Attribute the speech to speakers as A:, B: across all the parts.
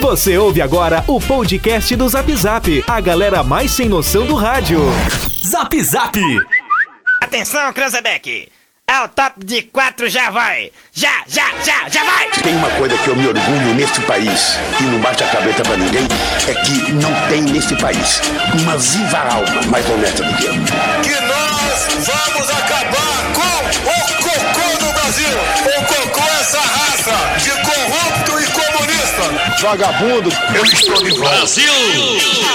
A: Você ouve agora o podcast do Zap Zap, a galera mais sem noção do rádio.
B: Zap Zap!
C: Atenção, Cranzebeck! É o top de quatro, já vai! Já, já, já, já vai!
D: Tem uma coisa que eu me orgulho neste país, e não bate a cabeça pra ninguém, é que não tem neste país uma viva alma mais honesta do que eu.
E: que nós vamos acabar com o cocô do Brasil. O cocô é essa raça de corrupto e comunista.
D: Vagabundo, eu estou de volta.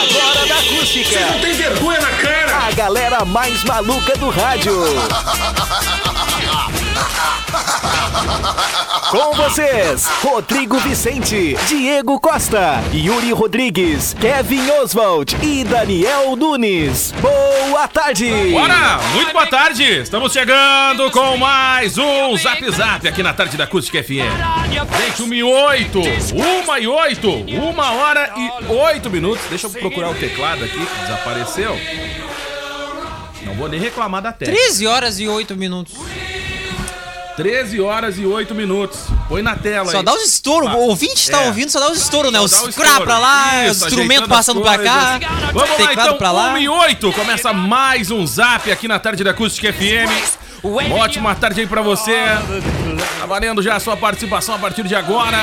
A: Agora da acústica. Você não tem vergonha na cara. A galera mais maluca do rádio. Com vocês, Rodrigo Vicente, Diego Costa, Yuri Rodrigues, Kevin Oswald e Daniel Nunes. Boa tarde.
F: Bora! Muito boa tarde! Estamos chegando com mais um Zap Zap aqui na tarde da Acústica FM. Gente, 1 e 8, 1 e 8, 1 hora e 8 minutos. Deixa eu procurar o teclado aqui, que desapareceu. Não vou nem reclamar da tela.
G: 13 horas e 8 minutos.
F: 13 horas e 8 minutos. Põe na tela
G: Só
F: aí.
G: dá os estouros. O ouvinte tá
F: É.
G: ouvindo, só dá os estouros, né?
F: Só
G: Os
F: dá o
G: crá pra lá,
F: Isso,
G: os instrumentos
F: ajeitando as
G: passando pra cá,
F: coisas. Vamos lá,
G: teclado
F: então,
G: pra lá.
F: 1 e 8. Começa mais um Zap aqui na tarde da Acústica FM. Uma ótima tarde aí pra você. Tá valendo já a sua participação a partir de agora.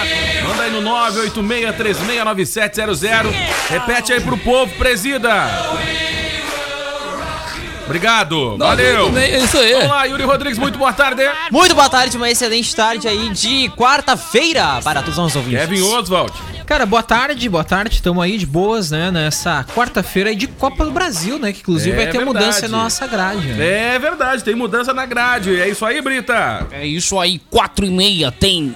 F: Manda aí no 986369700. Repete aí pro povo, presida. Obrigado. Valeu.
G: É isso aí.
F: Vamos lá, Yuri Rodrigues, muito boa tarde.
G: Muito boa tarde, uma excelente tarde aí de quarta-feira para todos os nossos ouvintes.
F: Kevin Oswald.
H: Cara, boa tarde, boa tarde. Estamos aí de boas, né? Nessa quarta-feira aí de Copa do Brasil, né? Que inclusive
F: É
H: vai ter
F: verdade.
H: mudança na nossa grade. Né?
F: É verdade, tem mudança na grade. É isso aí, Brita.
I: É isso aí, 4 e meia tem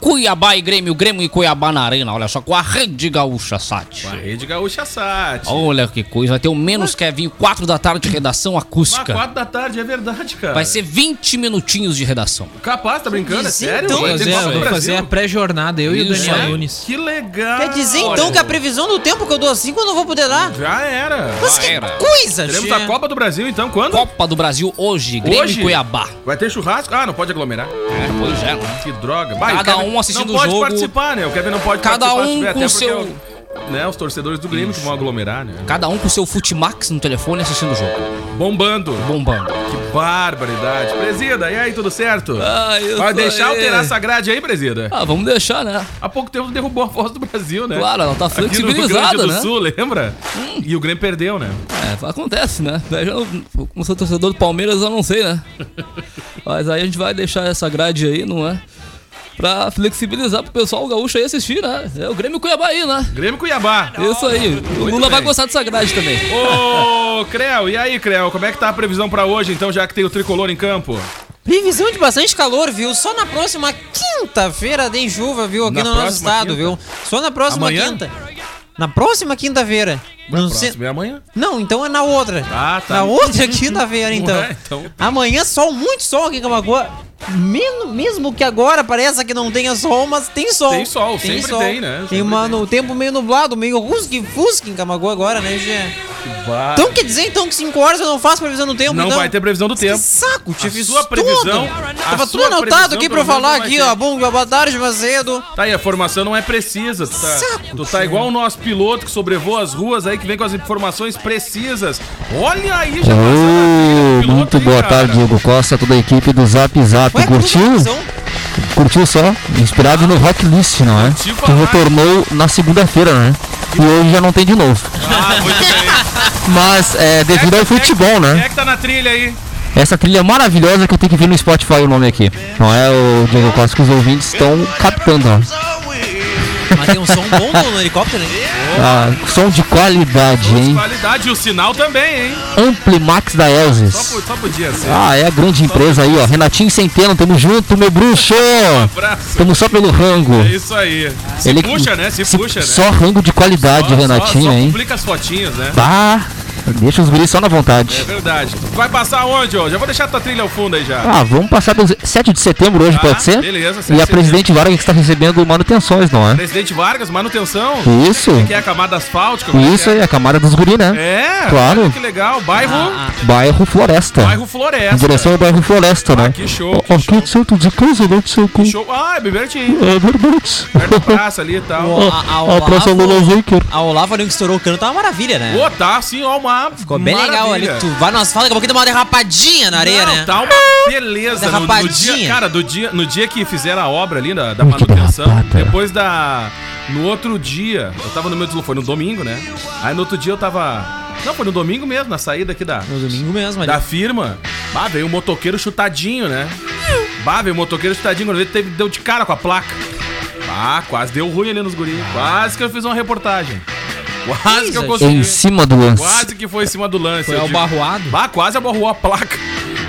I: Cuiabá e Grêmio, Grêmio e Cuiabá na arena, olha só, com a Rede Gaúcha Sat.
F: A Rede Gaúcha Sat.
I: Olha que coisa, vai ter o menos Kevin, 4 da tarde, redação
F: Ah,
I: acústica.
F: quatro da tarde, é verdade, cara.
I: Vai ser 20 minutinhos de redação.
F: Capaz, tá brincando? É sério?
G: Então, né?
H: Vou
F: Vai ter
H: fazer,
F: Copa do
H: vou fazer a
F: Brasil?
H: pré-jornada, eu e o
I: Isso
H: Daniel
I: aí.
H: Nunes.
F: Que legal.
G: Quer dizer então que a previsão do tempo que eu dou assim eu não vou poder dar?
F: Já era.
G: Mas que
I: Ah, era.
G: coisa,
F: Teremos
G: gente.
F: a Copa do Brasil, então, quando?
I: Copa do Brasil hoje, Grêmio
F: Hoje?
I: e Cuiabá.
F: Vai ter churrasco? Ah, não pode aglomerar.
I: É, pois é, né?
F: Que droga. Vai,
I: Cada
F: o Kevin
I: um assistindo
F: Não
I: o
F: pode
I: jogo.
F: participar, né? O Kevin não pode
I: Cada
F: participar. se
I: um
F: tiver,
I: com
F: até
I: seu-
F: porque o- Né, os torcedores do Grêmio que vão aglomerar, né?
I: Cada um com seu Futimax no telefone assistindo o jogo,
F: Bombando.
I: bombando.
F: Que barbaridade. Presida, e aí, tudo certo? Vai deixar alterar essa grade aí, Presida?
I: Ah, vamos deixar, né?
F: Há pouco tempo derrubou a voz do Brasil, né?
I: Claro, ela tá
F: Aqui no Rio Grande
I: flexibilizada,
F: do
I: né? Hum.
F: Sul, lembra? E o Grêmio perdeu, né?
I: É, acontece, né? Eu já não- como sou torcedor do Palmeiras, eu não sei, né? Mas aí a gente vai deixar essa grade aí, não é? Pra flexibilizar pro pessoal gaúcho aí assistir, né? É o Grêmio Cuiabá aí, né?
F: Grêmio e Cuiabá.
I: Isso aí. O Lula vai
F: bem.
I: gostar dessa grade também.
F: Ô, Creu, e aí, Creu? Como é que tá a previsão pra hoje, então, já que tem o tricolor em campo?
G: Previsão de bastante calor, viu? Só na próxima quinta-feira tem chuva, viu? Aqui
F: Na
G: no nosso
F: próxima
G: estado,
F: quinta?
G: viu? Só na próxima
F: Amanhã?
G: quinta. Na próxima quinta-feira. Não, sei-
F: Próximo é amanhã?
G: Não, então é na outra.
F: Ah, tá.
G: Na outra quinta-feira, então.
F: Ué, então.
G: Amanhã sol, muito sol aqui em Camacuã. Mesmo, mesmo que agora pareça que não tenha sol, mas tem sol.
F: Tem sol, sempre tem, né?
G: Tem
F: Sempre
G: uma,
F: tem.
G: no tempo meio nublado, meio rusque, fusque em Camacuã agora, né, Gê?
F: Vai.
G: Então quer dizer então que 5 horas eu não faço previsão do tempo,
F: Ah. Não
G: então?
F: vai ter previsão do
G: Que
F: tempo.
G: saco, te
F: A
G: fiz
F: sua previsão-
G: tudo.
F: a
G: Tava tudo
F: sua
G: anotado
F: previsão,
G: aqui pra
F: pelo
G: eu falar
F: menos,
G: aqui,
F: vai
G: ó.
F: ter.
G: Bom, boa tarde, Macedo.
F: Tá aí, a formação não é precisa. Tu tá,
G: Saco,
F: tu tá
G: tio.
F: igual o nosso piloto que sobrevoa as ruas aí, que vem com as informações precisas. Olha aí, já Muito boa tarde, Diego.
G: Ué, curtiu?
J: Curtiu só? Inspirado no Rock List, não é?
F: Curtiu
J: Que
F: pra
J: retornou na segunda-feira, né? E hoje já não tem de novo.
F: Ah, muito bem.
J: Mas é devido ao futebol,
F: Quem
J: né?
F: é que tá na trilha aí?
J: Essa trilha maravilhosa que eu tenho que ver no Spotify o nome aqui. Não é o Diego Costa que os ouvintes estão captando, ó.
G: Mas tem um som bom no helicóptero, hein?
J: Ah, som de qualidade, hein?
F: Qualidade e o sinal também, hein?
J: Amplimax da
F: Só,
J: Elzis.
F: po- só podia ser.
J: Ah, é a grande empresa aí, ó. Renatinho Centeno, tamo junto, meu bruxo!
F: Abraço.
J: Tamo só pelo rango.
F: É isso aí. Se puxa, né? Se, puxa, né?
J: Só rango de qualidade,
F: Só- só-
J: Renatinho,
F: só
J: hein?
F: publica as fotinhas, né?
J: Bah, Deixa os guris só na vontade.
F: É verdade. Tu Vai passar onde, ó? Já vou deixar tua trilha ao fundo aí já.
J: Ah, vamos passar pelo 7 de setembro hoje,
F: Ah,
J: pode ser?
F: beleza, 7 de
J: E a
F: setembro.
J: presidente Vargas que está recebendo manutenções, não é?
F: Presidente Vargas, manutenção.
J: Isso.
F: Que é a camada asfáltica. como é
J: Isso
F: que é?
J: aí, a camada dos guri, né?
F: É,
J: Claro.
F: olha que legal. Bairro,
G: Ah,
J: É. Bairro Floresta.
F: bairro
J: Em
F: Floresta.
J: direção ao bairro Floresta, né?
F: que show, que
J: Ó, Aqui
F: show.
J: de Santo de Casa, não de São Cu.
F: Show. Ah, é bem pertinho.
J: É verdade.
F: Perto da praça ali e tal.
G: Ó, a- a
J: A Praça
G: Olavo-
J: Lula Zeker.
G: A Olavo ali que estourou o cano tá uma maravilha, né?
F: Ô, tá, sim, ó, uma
G: Ficou bem legal ali.
F: maravilha.
G: Tu vai no asfalto, daqui a pouco tem uma derrapadinha na areia,
F: Não,
G: né?
F: tá uma beleza. No, no dia,
G: Derrapadinha.
F: cara, do dia, no dia que fizeram a obra ali da, da
J: Hum, que
F: manutenção,
J: derrapada.
F: depois da. No outro dia, eu tava no meu deslo- foi no domingo, né? Aí no outro dia eu tava. Não, foi no domingo mesmo, na saída aqui da,
G: No domingo mesmo ali. É
F: da firma. Bah, veio o motoqueiro chutadinho, né? Bah, veio o motoqueiro chutadinho, quando ele teve, deu de cara com a placa. Ah, quase deu ruim ali nos guris. Quase que eu fiz uma reportagem. Quase que eu
G: Isso,
J: Em
F: consegui.
J: cima do lance.
F: Quase que foi em cima do lance.
H: Foi
F: eu
H: ao
F: digo.
H: barroado.
F: Ah, quase abarrou a placa.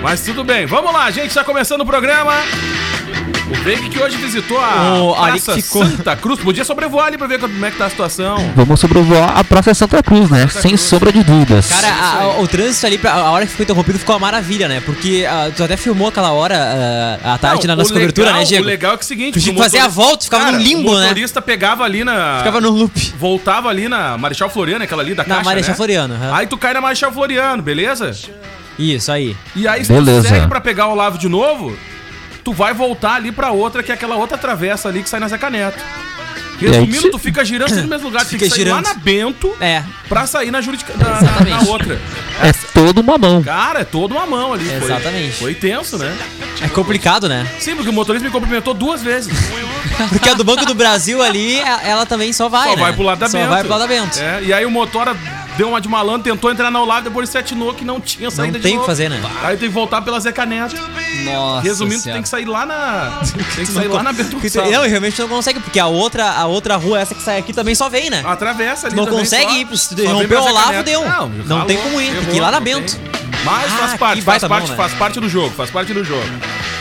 F: Mas tudo bem. Vamos lá, gente. Está começando o programa. O Baby que hoje visitou a
G: O Ali
F: Praça
G: que ficou.
F: Santa Cruz. Podia sobrevoar ali pra ver como é que tá a situação.
J: Vamos sobrevoar a Praça Santa Cruz, né? Sem sombra de dúvidas.
G: Cara, a- a- o trânsito ali, pra- a hora que ficou interrompido, ficou uma maravilha, né? Porque ah, tu até filmou aquela hora, ah, à tarde,
F: Não,
G: na nossa
F: o legal-
G: cobertura, né, Diego?
F: O legal é que é o seguinte...
G: Tu tinha
F: o
G: que fazer
F: motorista-
G: a volta, ficava num limbo,
F: o
G: né?
F: motorista pegava ali na...
G: Ficava no loop.
F: Voltava ali na Marechal Floriano, aquela ali da
G: Na
F: caixa,
G: Marechal
F: né?
G: Floriano, aham.
F: Aí tu cai na Marechal Floriano, beleza?
G: Isso, aí.
F: E aí se tu
J: Beleza.
F: segue pra pegar o Lavo de novo, tu vai voltar ali pra outra, que é aquela outra travessa ali que sai na Zeca Neto. Resumindo,
J: se-
F: tu fica girando sempre no mesmo lugar, tu tem
G: Fica
F: que sair lá
G: girando.
F: na Bento
G: É.
F: pra sair na, jurisdica, na, na- na outra.
J: É todo uma mão.
F: Cara, é todo uma mão ali. foi-
G: Exatamente.
F: Foi, tenso, né?
G: É complicado, né?
F: Sim, porque o motorista me cumprimentou duas vezes.
G: Porque a do Banco do Brasil ali, a- ela também só vai.
F: Só
G: né?
F: vai pro lado da
G: Só
F: Bento.
G: vai pro lado da Bento.
F: É, e aí o motora deu uma de malandro, tentou entrar na Olavo, depois se atinou que não tinha saída de
G: tem o que
F: novo.
G: fazer, né?
F: Aí tem que voltar pela Zeca Neto.
I: Nossa
F: Resumindo, tu tem que sair lá na... Tem que sair lá na Bento
G: Porque tu-
F: Gonçalves.
G: Não, e realmente tu não consegue, porque a outra, a outra rua, essa que sai aqui, também só vem, né?
F: Ah. Atravessa ali
G: Não
F: também,
G: consegue
F: só-
G: ir,
F: só
G: se tu
F: vem
G: romper
F: pra
G: o
F: Zeca
G: Olavo,
F: Neto.
G: deu. um. Não tem como ir, tem que ir lá na
F: não
G: Bento.
F: tem. Mas
G: Ah,
F: faz
G: que
F: parte, faz
G: baita
F: parte,
G: mão, né?
F: faz parte do jogo, faz parte do jogo.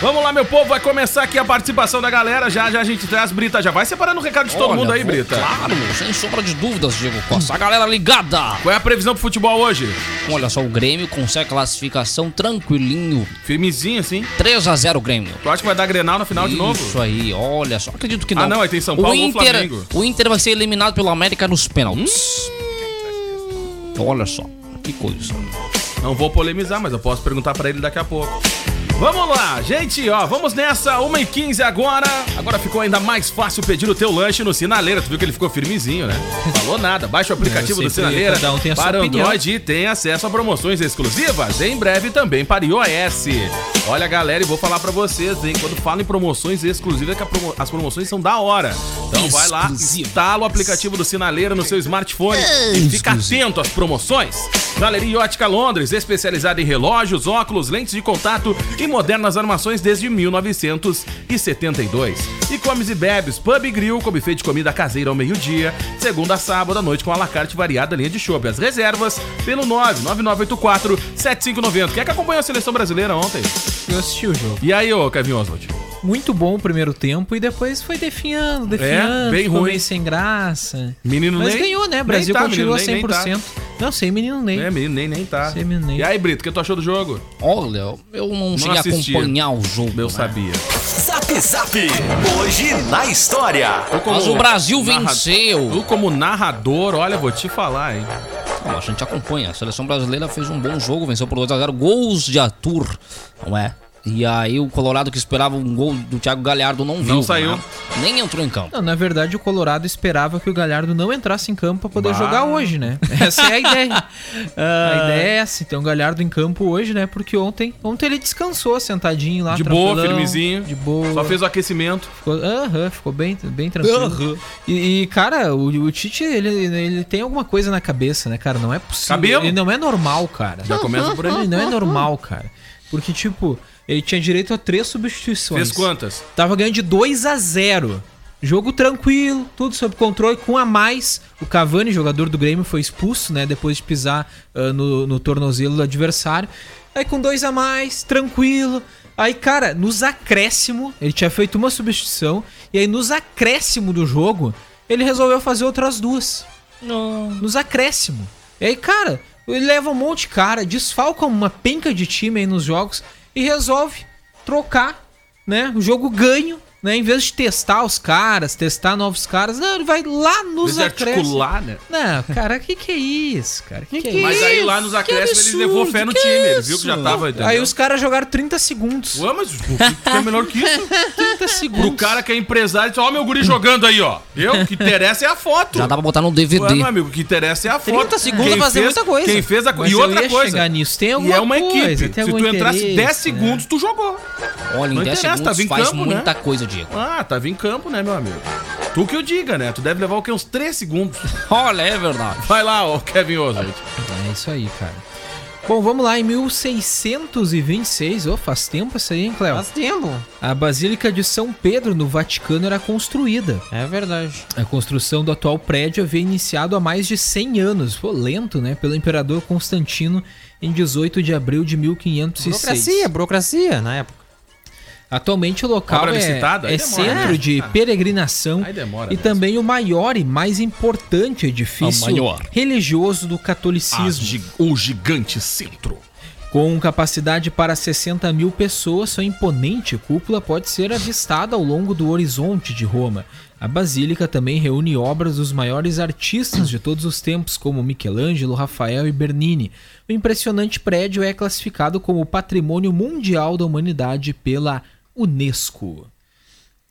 F: Vamos lá, meu povo, vai começar aqui a participação da galera. Já já a gente traz Brita, já vai separando o recado de todo mundo aí, Brita.
I: Claro, sem sombra de dúvidas, Diego Costa. A galera ligada.
F: Qual é a previsão pro futebol hoje?
I: Olha só, o Grêmio consegue classificação tranquilinho.
F: Firmezinho assim?
I: 3 a 0 Grêmio.
F: Tu acha que vai dar Grenal no final de
I: Isso
F: novo?
I: aí, olha só. Acredito que não.
F: Ah, não, aí tem São Paulo
I: o
F: ou
I: Inter,
F: Flamengo.
I: O Inter vai ser eliminado pelo América nos pênaltis.
F: Hum.
I: Olha só, que coisa.
F: Não vou polemizar, mas eu posso perguntar pra ele daqui a pouco. Vamos lá, gente, ó, vamos nessa, 1h15 agora. Agora ficou ainda mais fácil pedir o teu lanche no Sinaleira. Tu viu que ele ficou firmezinho, né? Falou nada. Baixa o aplicativo
H: É,
F: do
H: eu sempre-
F: Sinaleira
H: cada um tem a sua
F: para
H: opinião.
F: Android e tem acesso a promoções exclusivas. Em breve também para iOS. Olha, galera, e vou falar pra vocês, hein? Quando falo em promoções exclusivas, é que a promo- as promoções são da hora. Então vai lá,
I: Exclusivas.
F: instala o aplicativo do Sinaleira no seu smartphone e fica atento às promoções. Galeria Ótica Londres, especializada em relógios, óculos, lentes de contato e modernas armações desde 1972. E comes e bebes, pub e grill, com buffet de comida caseira ao meio-dia, segunda a sábado à noite com alacarte variada linha de chopp. As reservas pelo 99984 7590. Quem é que acompanhou a seleção brasileira ontem?
H: Eu assisti o jogo.
F: E aí, ô Kevin Oswald?
H: Muito bom o primeiro tempo e depois foi definhando, definhando.
F: É, bem
H: ficou
F: ruim.
H: meio sem graça.
F: Menino
H: Mas
F: Ney?
H: ganhou, né?
F: Nem
H: O Brasil
F: tá,
H: continuou
F: menino Ney, nem
H: 100%. Não, sem menino Ney.
F: É, menino, nem, nem tá.
H: Sem menino Ney.
F: E aí, Brito, o que tu achou do jogo?
I: Olha, eu não, cheguei
F: assisti.
I: a acompanhar o jogo.
F: Eu
I: né?
F: sabia.
A: Zap Zap, hoje na história.
I: Mas o Brasil venceu.
F: Tu como narrador, olha, vou te falar, hein?
I: Não, a gente acompanha. A seleção brasileira fez um bom jogo, venceu por 2x0. Gols de Arthur, não é? E aí o Colorado que esperava um gol do Thiago Galhardo não viu.
F: saiu.
I: né? Nem entrou em campo.
H: Não, na verdade, o Colorado esperava que o Galhardo não entrasse em campo pra poder jogar hoje, né? Essa é a ideia.
F: Ah.
H: a ideia é essa, ter um Galhardo em campo hoje, né? Porque ontem, ontem ele descansou sentadinho lá.
F: De boa,
H: tranquilão,
F: firmezinho.
H: De boa.
F: Só fez o aquecimento.
H: Ficou, aham, ficou bem, bem tranquilo. E, e, cara, o, o Tite, ele, ele tem alguma coisa na cabeça, né, cara? Não é possível.
F: Cabelo?
H: Ele não é normal, cara.
F: Já começa por
H: Ele
F: aí.
H: não é normal, cara. Porque, tipo, ele tinha direito a três substituições.
F: Fez quantas?
H: Tava ganhando de 2 a 0 Jogo tranquilo, tudo sob controle, com a mais. O Cavani, jogador do Grêmio, foi expulso, né? Depois de pisar ah, no, no tornozelo do adversário. Aí com dois a mais, tranquilo. Aí, cara, nos acréscimo, ele tinha feito uma substituição. E aí, nos acréscimo do jogo, ele resolveu fazer outras duas. Nos acréscimo. E aí, cara,
G: leva um monte de cara, desfalca uma penca de time aí nos jogos e resolve trocar, né? O jogo ganho, né? Em vez de testar os caras, testar novos caras, não, ele vai lá nos acréscimos.
F: Desarticular, né?
G: Não, cara, que que é isso, cara? Que que, é
F: Mas
G: isso?
F: aí lá nos
G: Que
F: acréscimos ele levou
G: absurdo,
F: fé no
G: que é
F: time, ele
G: isso?
F: viu que já tava.
G: Aí
F: entendeu?
G: os caras jogaram 30 segundos.
F: Ué, mas o que é melhor que isso?
G: 30 segundos.
F: Pro cara que é empresário, ele diz, ó, meu guri jogando aí, ó. Eu, o que interessa é a foto.
I: Já dá pra botar no
F: Ué, meu
I: DVD.
F: amigo, o que interessa é a foto.
G: 30 segundos
F: Quem
G: fazer
F: fez-
G: muita coisa.
F: Quem fez a co-
G: Mas
F: E
G: eu
F: outra
G: ia
F: coisa.
G: chegar nisso. Tem
F: E
G: alguma
F: é uma
G: coisa,
F: equipe.
G: tem
F: Se
G: algum
F: tu entrasse
G: interesse,
F: 10
G: né?
F: segundos, tu jogou.
I: Olha,
F: Não
I: em
F: interessa,
I: 10 segundos
F: tava em
I: faz
F: campo, né?
I: muita coisa, Diego.
F: Ah, tava em campo, né, meu amigo? Tu que eu diga, né? Tu deve levar o quê? Uns 3 segundos.
I: Olha, é verdade.
F: Vai lá, ó, Kevin Oswald.
G: É isso aí, cara. Bom, vamos lá, em 1626, ô, faz tempo isso aí, hein, Cléo?
A: Faz tempo.
G: A Basílica de São Pedro, no Vaticano, era construída.
A: É verdade.
G: A construção do atual prédio havia iniciado há mais de 100 anos, pô, lento, né, pelo imperador Constantino, em 18 de abril de 1506.
A: Burocracia, burocracia na época.
G: Atualmente o local
F: Obra
G: é,
F: licitada? Aí
G: é
F: demora,
G: centro
F: né?
G: de
F: Ah.
G: peregrinação
F: Aí demora né? Ah,
G: e
F: mesmo.
G: também o maior e mais importante edifício
I: O maior.
G: religioso do
F: Ah,
G: catolicismo.
F: gi- o gigante centro.
G: Com capacidade para 60 mil pessoas, sua imponente cúpula pode ser avistada ao longo do horizonte de Roma. A Basílica também reúne obras dos maiores artistas de todos os tempos, como Michelangelo, Rafael e Bernini. O impressionante prédio é classificado como Patrimônio Mundial da Humanidade pela Unesco.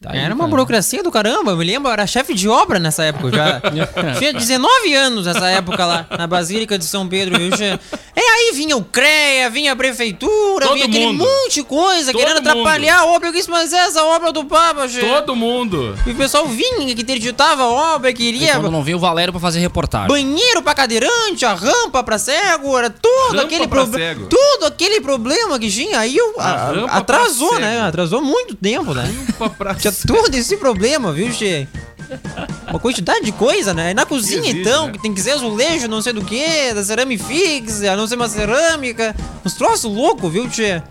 G: Tá aí,
A: era uma
G: cara.
A: burocracia do caramba, eu me lembro, eu era chefe de obra nessa época eu já. tinha 19 anos nessa época lá, na Basílica de São Pedro. Eu tinha... E aí vinha o CREA, vinha a prefeitura,
F: Todo
A: vinha aquele
F: mundo.
A: monte de coisa,
F: Todo
A: querendo
F: mundo.
A: atrapalhar a obra. Eu disse, mas essa obra é do Papa, gente.
F: Todo mundo.
A: E o pessoal vinha, que interditava a obra,
I: E
A: queria
I: quando não veio o Valério pra fazer reportagem.
A: banheiro pra cadeirante, a rampa pra cego, era tudo
F: Rampa
A: aquele
F: pra
A: problema.
F: cego.
A: Tudo aquele problema que tinha. Aí eu, a- a-
F: rampa pra
A: atrasou,
F: cego.
A: né? Atrasou muito tempo, né?
F: Pra- pra-
A: Tinha todo esse problema, viu, Che? Uma quantidade de coisa, né? E na cozinha,
F: Existe,
A: então,
F: né?
A: que tem que ser azulejo, não sei do que, da cerâmica fixa, não sei uma cerâmica. Uns troços loucos, viu, Che?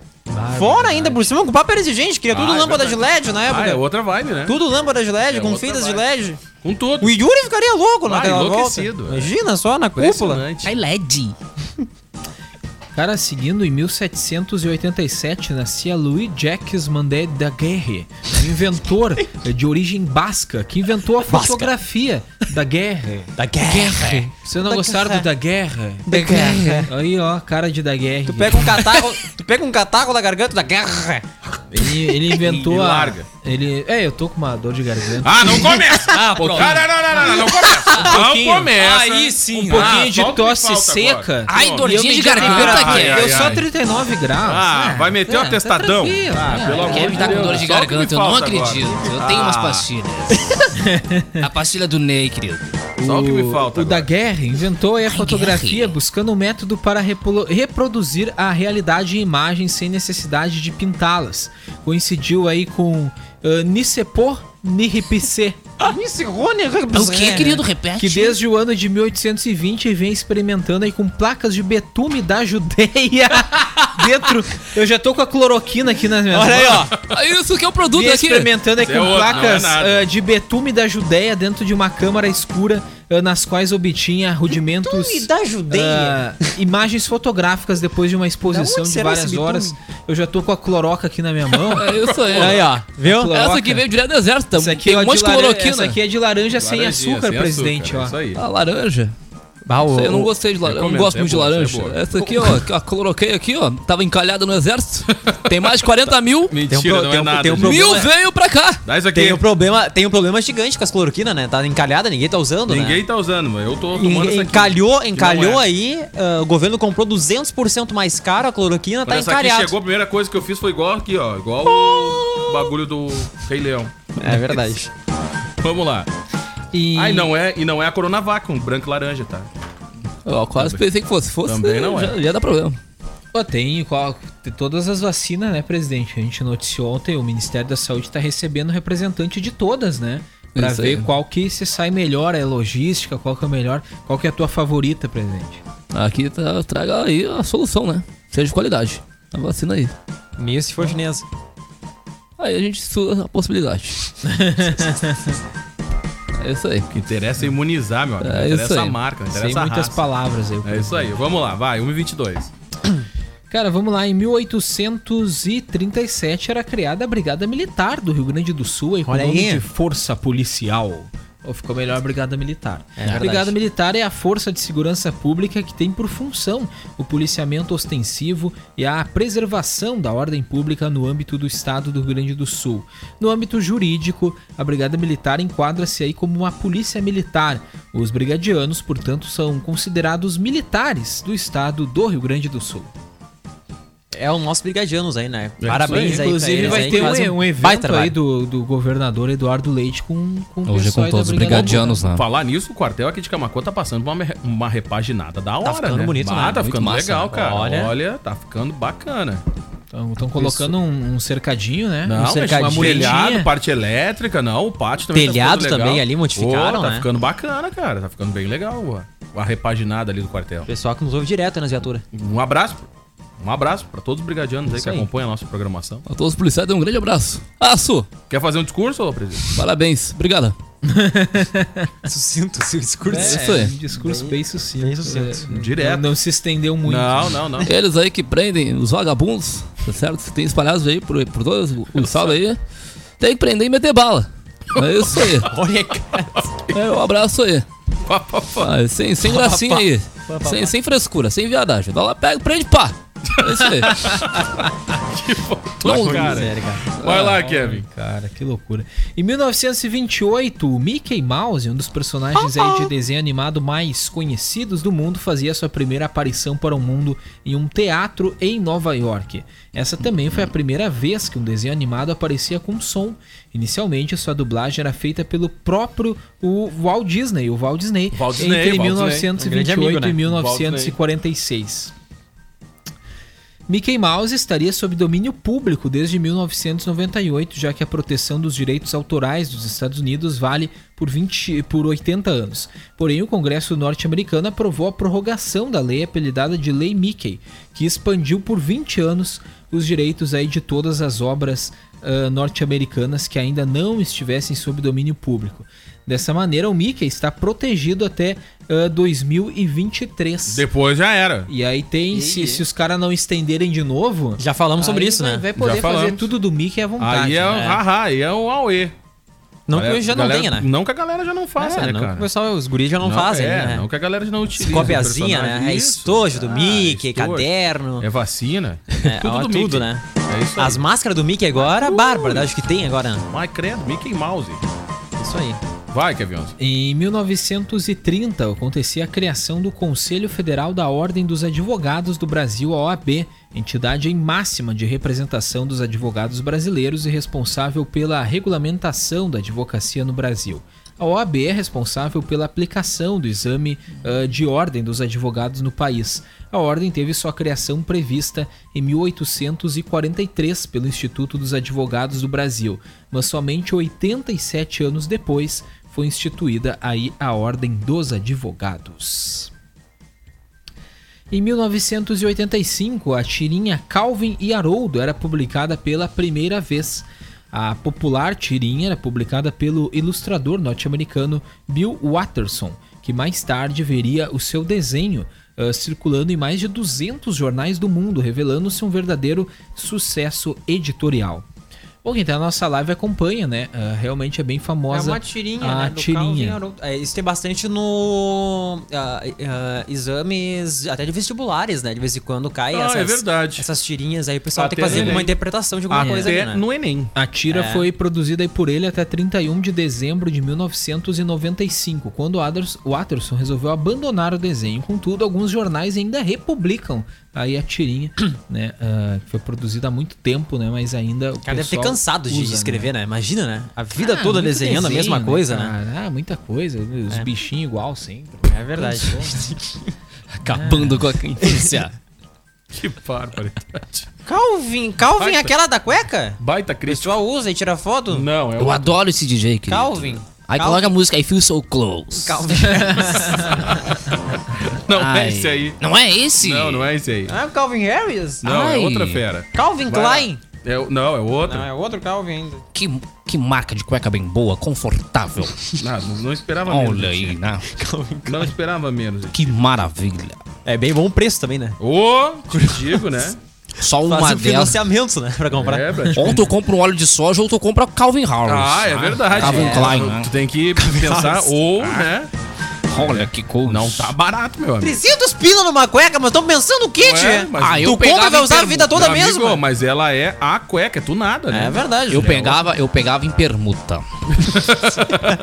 A: Fora ainda por cima, com papo era exigente, queria tudo
F: é Ah, é
A: lâmpada de
F: verdade.
A: LED na época.
F: Ah, é outra vibe, né?
A: Tudo lâmpada de LED,
F: É
A: com
F: outra
A: fitas de
F: vibe.
A: LED.
F: Com tudo.
A: O Yuri ficaria louco
F: Ah,
A: naquela volta.
F: enlouquecido, é.
A: Imagina só na cúpula.
F: Impressionante.
I: Ai, LED.
G: Cara, seguindo, em 1787 nascia Louis Jacques Mandé Daguerre, um inventor de origem basca que inventou a fotografia da guerra.
A: Da guerra.
G: Vocês não
A: Da
G: gostaram do
A: guerra.
G: da guerra?
A: Da guerra.
G: Aí, ó, cara de Daguerre.
A: Tu pega um catarro, tu pega um catarro da garganta da guerra.
G: Ele, ele
F: E- e
G: inventou a...
F: larga.
G: Ele... É, eu tô com uma dor de garganta.
F: Ah, não começa!
G: Ah,
F: Pô,
G: pronto.
F: Cara, não, não, não, não, não começa. não
G: pouquinho.
F: começa.
G: Aí sim. Um
F: Ah, só
G: pouquinho de
F: o que me
G: tosse
F: falta
G: seca.
F: agora.
I: Ai,
F: Pô,
I: dorzinha de
G: medi a
I: garganta
G: temperatura.
I: aqui.
F: Ai, ai,
G: Deu
F: ai.
G: só 39 graus.
F: Ah, vai meter um
G: tá
F: atestadão.
G: tranquilo.
F: Ah, pelo amor
I: Kevin tá com
F: Só o
I: dor de
F: que me
I: garganta, eu não
F: falta
I: acredito.
F: agora.
I: Eu tenho umas
F: Ah,
I: pastilhas. A pastilha do Ney, querido.
F: Ah, Só o que me falta
G: O
F: agora.
G: Daguerre inventou aí a fotografia
I: Daguerre.
G: buscando um método para repolo- reproduzir a realidade em imagens sem necessidade de pintá-las. Coincidiu aí com uh, Nicepo Nihipse,
A: Esse Rony
I: É O que, querido? Repete.
G: que desde o ano de 1820 vem experimentando aí com placas de betume da Judeia dentro. Eu já tô com a cloroquina aqui nas minhas
A: Olha aí,
G: mãos.
A: ó.
I: Ah, Isso que é o produto
G: Vim
I: aqui.
G: experimentando aí
F: Isso
G: com
F: é outro,
G: placas
F: não é nada.
G: ah, de betume da Judeia dentro de uma câmara escura ah, nas quais obtinha rudimentos
A: E da judeia.
G: ah, imagens fotográficas depois de uma
A: Da
G: exposição
A: onde
G: de
A: será esse
G: várias
A: bitume?
G: horas. Eu já tô com a cloroca aqui na minha mão.
I: É isso aí.
A: Aí, ó. Viu?
G: Cloroca.
I: Essa aqui veio direto do exército.
G: Isso aqui,
F: é
I: Tem
G: ó,
I: um monte de
G: laran-
I: cloroquina.
G: Essa aqui é de laranja, sem
F: Laranjinha,
G: açúcar,
F: sem
G: presidente,
F: açúcar, é
G: ó.
F: Isso aí.
I: Ah, laranja.
A: Bah, o-
I: Isso aí eu não gostei de laranja. Eu não
F: Ah, recomendo,
I: gosto
F: é
I: muito
F: boa,
I: de
F: é
I: laranja.
F: boa.
I: Essa aqui, ó, que eu coloquei aqui, ó. Tava encalhada no exército. Tem mais de 40 mil.
A: Tem um
F: Mentira,
A: pro-
F: não
A: tem
F: é
A: um-
F: nada.
A: tem um
F: gente.
A: pro-
I: Mil
A: problema é-
I: veio pra cá.
F: Dá isso aqui.
A: Tem um problema, tem um problema gigante com as cloroquina, né? Tá encalhada, ninguém tá usando, né?
F: Ninguém tá usando, mas eu tô
A: En-
F: tomando essa aqui.
A: Encalhou, encalhou
F: é.
A: aí, ah, o governo comprou 200% mais caro a cloroquina,
F: Quando
A: tá
F: essa aqui
A: encalhado.
F: chegou, a primeira coisa que eu fiz foi igual aqui, ó. Igual o bagulho do Rei Leão.
A: É verdade.
F: Vamos lá.
G: E-
F: Ah, e não é, e não é a Coronavac, um branco e laranja, tá?
I: Ó, quase pensei que fosse. Fosse.
F: Também não é.
I: já, já dá problema.
G: Pô, tem, qual- tem todas as vacinas, né, presidente? A gente noticiou ontem, o Ministério da Saúde tá recebendo representante de todas, né? Pra
I: Isso
G: ver
I: aí.
G: qual que se sai melhor, é logística, qual que é o melhor, qual que é a tua favorita, presidente.
I: Aqui tá, traga aí a solução, né? Seja de qualidade. A vacina aí.
A: Nisso se for chinesa.
I: Aí a gente estuda a possibilidade. É isso aí.
F: O que interessa é imunizar, meu amigo.
I: É isso
F: interessa a
I: aí.
F: marca, não
G: Sem
F: interessa a
G: muitas
F: raça.
G: palavras aí.
F: É isso aí. Vamos lá, vai. 1,22.
G: Cara, vamos lá. Em 1837 era criada a Brigada Militar do Rio Grande do Sul, aí com o
C: Olha
G: nome
C: aí.
G: de Força Policial. Ou ficou melhor a Brigada Militar. a
C: verdade.
G: Brigada Militar é a força de segurança pública que tem por função o policiamento ostensivo e a preservação da ordem pública no âmbito do Estado do Rio Grande do Sul. No âmbito jurídico, a Brigada Militar enquadra-se aí como uma polícia militar. Os brigadianos, portanto, são considerados militares do Estado do Rio Grande do Sul.
C: É o nosso brigadianos aí, né? Parabéns aí.
G: Inclusive
C: pra eles
G: vai
C: aí,
G: ter
C: que fazem
G: um, um
C: baita
G: evento
C: trabalho.
G: aí do, do governador Eduardo Leite com, com
C: é
G: o
K: Hoje com
G: pessoal aí da
K: todos os
G: Brigada
K: brigadianos
C: né?
K: lá.
F: Falar nisso, o quartel aqui de Camacô tá passando por uma, me- uma repaginada da hora,
C: ficando
F: né?
C: bonito,
F: ah,
C: né?
F: tá
C: Muito
F: ficando
C: massa,
F: legal,
C: né?
F: cara. Olha...
C: Olha.
F: tá ficando bacana.
G: Estão colocando um, um cercadinho,
C: É,
G: né? um
F: Não,
G: cercadinho,
F: um
G: uma muretinha.
F: telhado, parte elétrica, não, o pátio também tá
C: Telhado
F: ficando legal.
C: também ali modificaram,
F: Pô, tá
C: né?
F: ficando bacana, cara. Tá ficando bem legal ó, a repaginada ali do quartel.
C: Pessoal que nos ouve direto aí nas viaturas.
F: Um abraço. Um abraço pra todos os brigadianos aí
C: Isso
F: que
C: aí.
F: acompanham a nossa programação.
I: A todos os policiais, um grande abraço. Aço!
F: Quer fazer um discurso, ô presidente?
I: Parabéns. Obrigado.
C: Sucinto, seu discurso.
I: É,
G: É, um discurso bem sucinto. É,
F: Direto.
G: Não, não se estendeu muito.
F: Não, não, não.
I: Eles aí que prendem os vagabundos, tá certo? Tem espalhados aí por, por todos os estado aí. Tem que prender e meter bala. É isso aí.
C: Olha, cara.
I: É, um abraço aí. Ah, sem, sem gracinha aí. Sem, sem frescura, sem viadagem. Vai lá, pega, prende, pá. É isso aí. Não,
C: Sério, cara.
F: Vai lá, Kevin.
G: Cara, que loucura. Em 1928, o Mickey Mouse, um dos personagens aí de desenho animado mais conhecidos do mundo, fazia sua primeira aparição para o mundo em um teatro em Nova York. Essa também foi a primeira vez que um desenho animado aparecia com som. Inicialmente, sua dublagem era feita pelo próprio o Walt Disney, o Walt Disney,
F: Walt Disney,
G: entre
F: Walt Disney.
G: 1928
C: Um grande amigo, né?
G: e 1946. Mickey Mouse estaria sob domínio público desde 1998, já que a proteção dos direitos autorais dos Estados Unidos vale por, 20, por 80 anos. Porém, o Congresso norte-americano aprovou a prorrogação da lei apelidada de Lei Mickey, que expandiu por 20 anos os direitos aí de todas as obras ah, norte-americanas que ainda não estivessem sob domínio público. Dessa maneira, o Mickey está protegido até ah, 2023.
F: Depois já era.
G: E aí tem, se, se os caras não estenderem de novo.
C: Já falamos sobre
G: aí
C: isso,
G: vai-
C: né?
G: Vai poder
F: Já
G: fazer
F: falamos.
G: tudo do Mickey à vontade.
F: Aí é, o
G: né?
F: haha, aí é o Aue.
C: Não que
F: Galera-
C: hoje já não
F: galera-
C: tenha, né?
F: Não que a galera já não faça,
C: É,
F: né,
C: não
F: cara?
C: que o pessoal, os guris já não, fazem,
F: é,
C: né?
F: Não que a galera já não utiliza. o
C: Copiazinha,
F: personagem.
C: né? É
F: Isso.
C: estojo do
F: Ah,
C: Mickey,
F: estojo.
C: caderno.
F: É vacina.
C: É, ó,
F: do
C: tudo,
F: Mickey.
C: né?
F: É isso aí.
C: As máscaras do Mickey agora, Bárbara, acho que tem agora. né?
F: Mas credo, Mickey Mouse.
C: Isso aí.
F: Vai, Kevin. Onze.
G: Em 1930 acontecia a criação do Conselho Federal da Ordem dos Advogados do Brasil, a OAB, entidade em máxima de representação dos advogados brasileiros e responsável pela regulamentação da advocacia no Brasil. A OAB é responsável pela aplicação do exame ah, de ordem dos advogados no país. A ordem teve sua criação prevista em 1843 pelo Instituto dos Advogados do Brasil, mas somente 87 anos depois foi instituída aí a Ordem dos Advogados. Em 1985, a tirinha Calvin e Haroldo era publicada pela primeira vez. A popular tirinha era publicada pelo ilustrador norte-americano Bill Watterson, que mais tarde veria o seu desenho ah, circulando em mais de 200 jornais do mundo, revelando-se um verdadeiro sucesso editorial. Bom, então a nossa live acompanha, né? Ah, realmente é bem famosa. a
C: né?
G: tirinha.
C: isso tem bastante no. ah, ah, exames, até de vestibulares, né? De vez em quando cai
F: Ah,
C: essas,
F: é verdade.
C: essas tirinhas aí. O pessoal tem que
F: Até
C: fazer
F: no
C: uma
F: Enem.
C: interpretação de alguma coisa ali,
F: Até
C: né?
F: no Enem.
G: A tira
C: É.
G: foi produzida aí por ele até 31 de dezembro de 1995, quando o Adders- o Watterson resolveu abandonar o desenho. Contudo, alguns jornais ainda republicam aí a tirinha, né? ah, que foi produzida há muito tempo, né? Mas ainda o
C: O cara deve ter
G: pessoal
C: cansado de
G: usa,
C: escrever, né? Imagina, né? A vida
G: Ah,
C: toda
G: muito
C: desenhando a
G: desenho,
C: mesma coisa, né?
G: cara? Ah, muita coisa. Os bichinhos igual sempre.
C: É verdade.
I: Acabando com a infância.
F: Que barbaridade.
C: Calvin, Calvin,
F: Baita.
C: aquela da cueca?
F: Baita
C: O
F: crítica.
C: pessoal usa e tira foto?
F: Não, é o.
K: Eu adoro esse DJ, querido.
C: Calvin.
K: Aí
C: Calvin.
K: coloca a música I Feel So Close.
C: Calvin.
F: Não é
K: Ai.
F: esse aí.
K: Não é esse?
F: Não, não é esse aí.
C: Não é o Calvin Harris?
F: Não, é
K: Ai.
F: outra fera.
C: Calvin
F: Vai
C: Klein.
F: É o- não, é outro.
A: Não, é outro Calvin ainda.
I: Que, que marca de cueca bem boa, confortável.
F: Não, não, não esperava menos.
I: Olha aí, né?
F: Não esperava menos.
I: Que maravilha.
A: É bem bom preço também, né?
F: Ô, te digo, né?
I: Só uma
A: Faz um
C: assim,
I: delas.
A: financiamento, né? Pra comprar.
F: É, Brad.
I: Ou tu compra um óleo de soja ou tu compra Calvin Harris.
F: Ah, é verdade.
I: Calvin
F: É,
I: Klein,
F: tu-
I: né?
F: Tu tem que pensar, ou, né?
I: Olha que coisa.
F: Não tá barato, meu amigo.
A: 300 pila numa cueca, mas estão pensando o quê,
F: Ué,
A: tia?
F: mas-
I: Ah, eu
A: tu compra e vai
I: pegava
A: usar a vida toda
F: Amigo,
A: mesmo?
F: Mas ela é a cueca, é tu nada, né?
A: É verdade.
I: Eu
A: né?
I: pegava, eu pegava em permuta.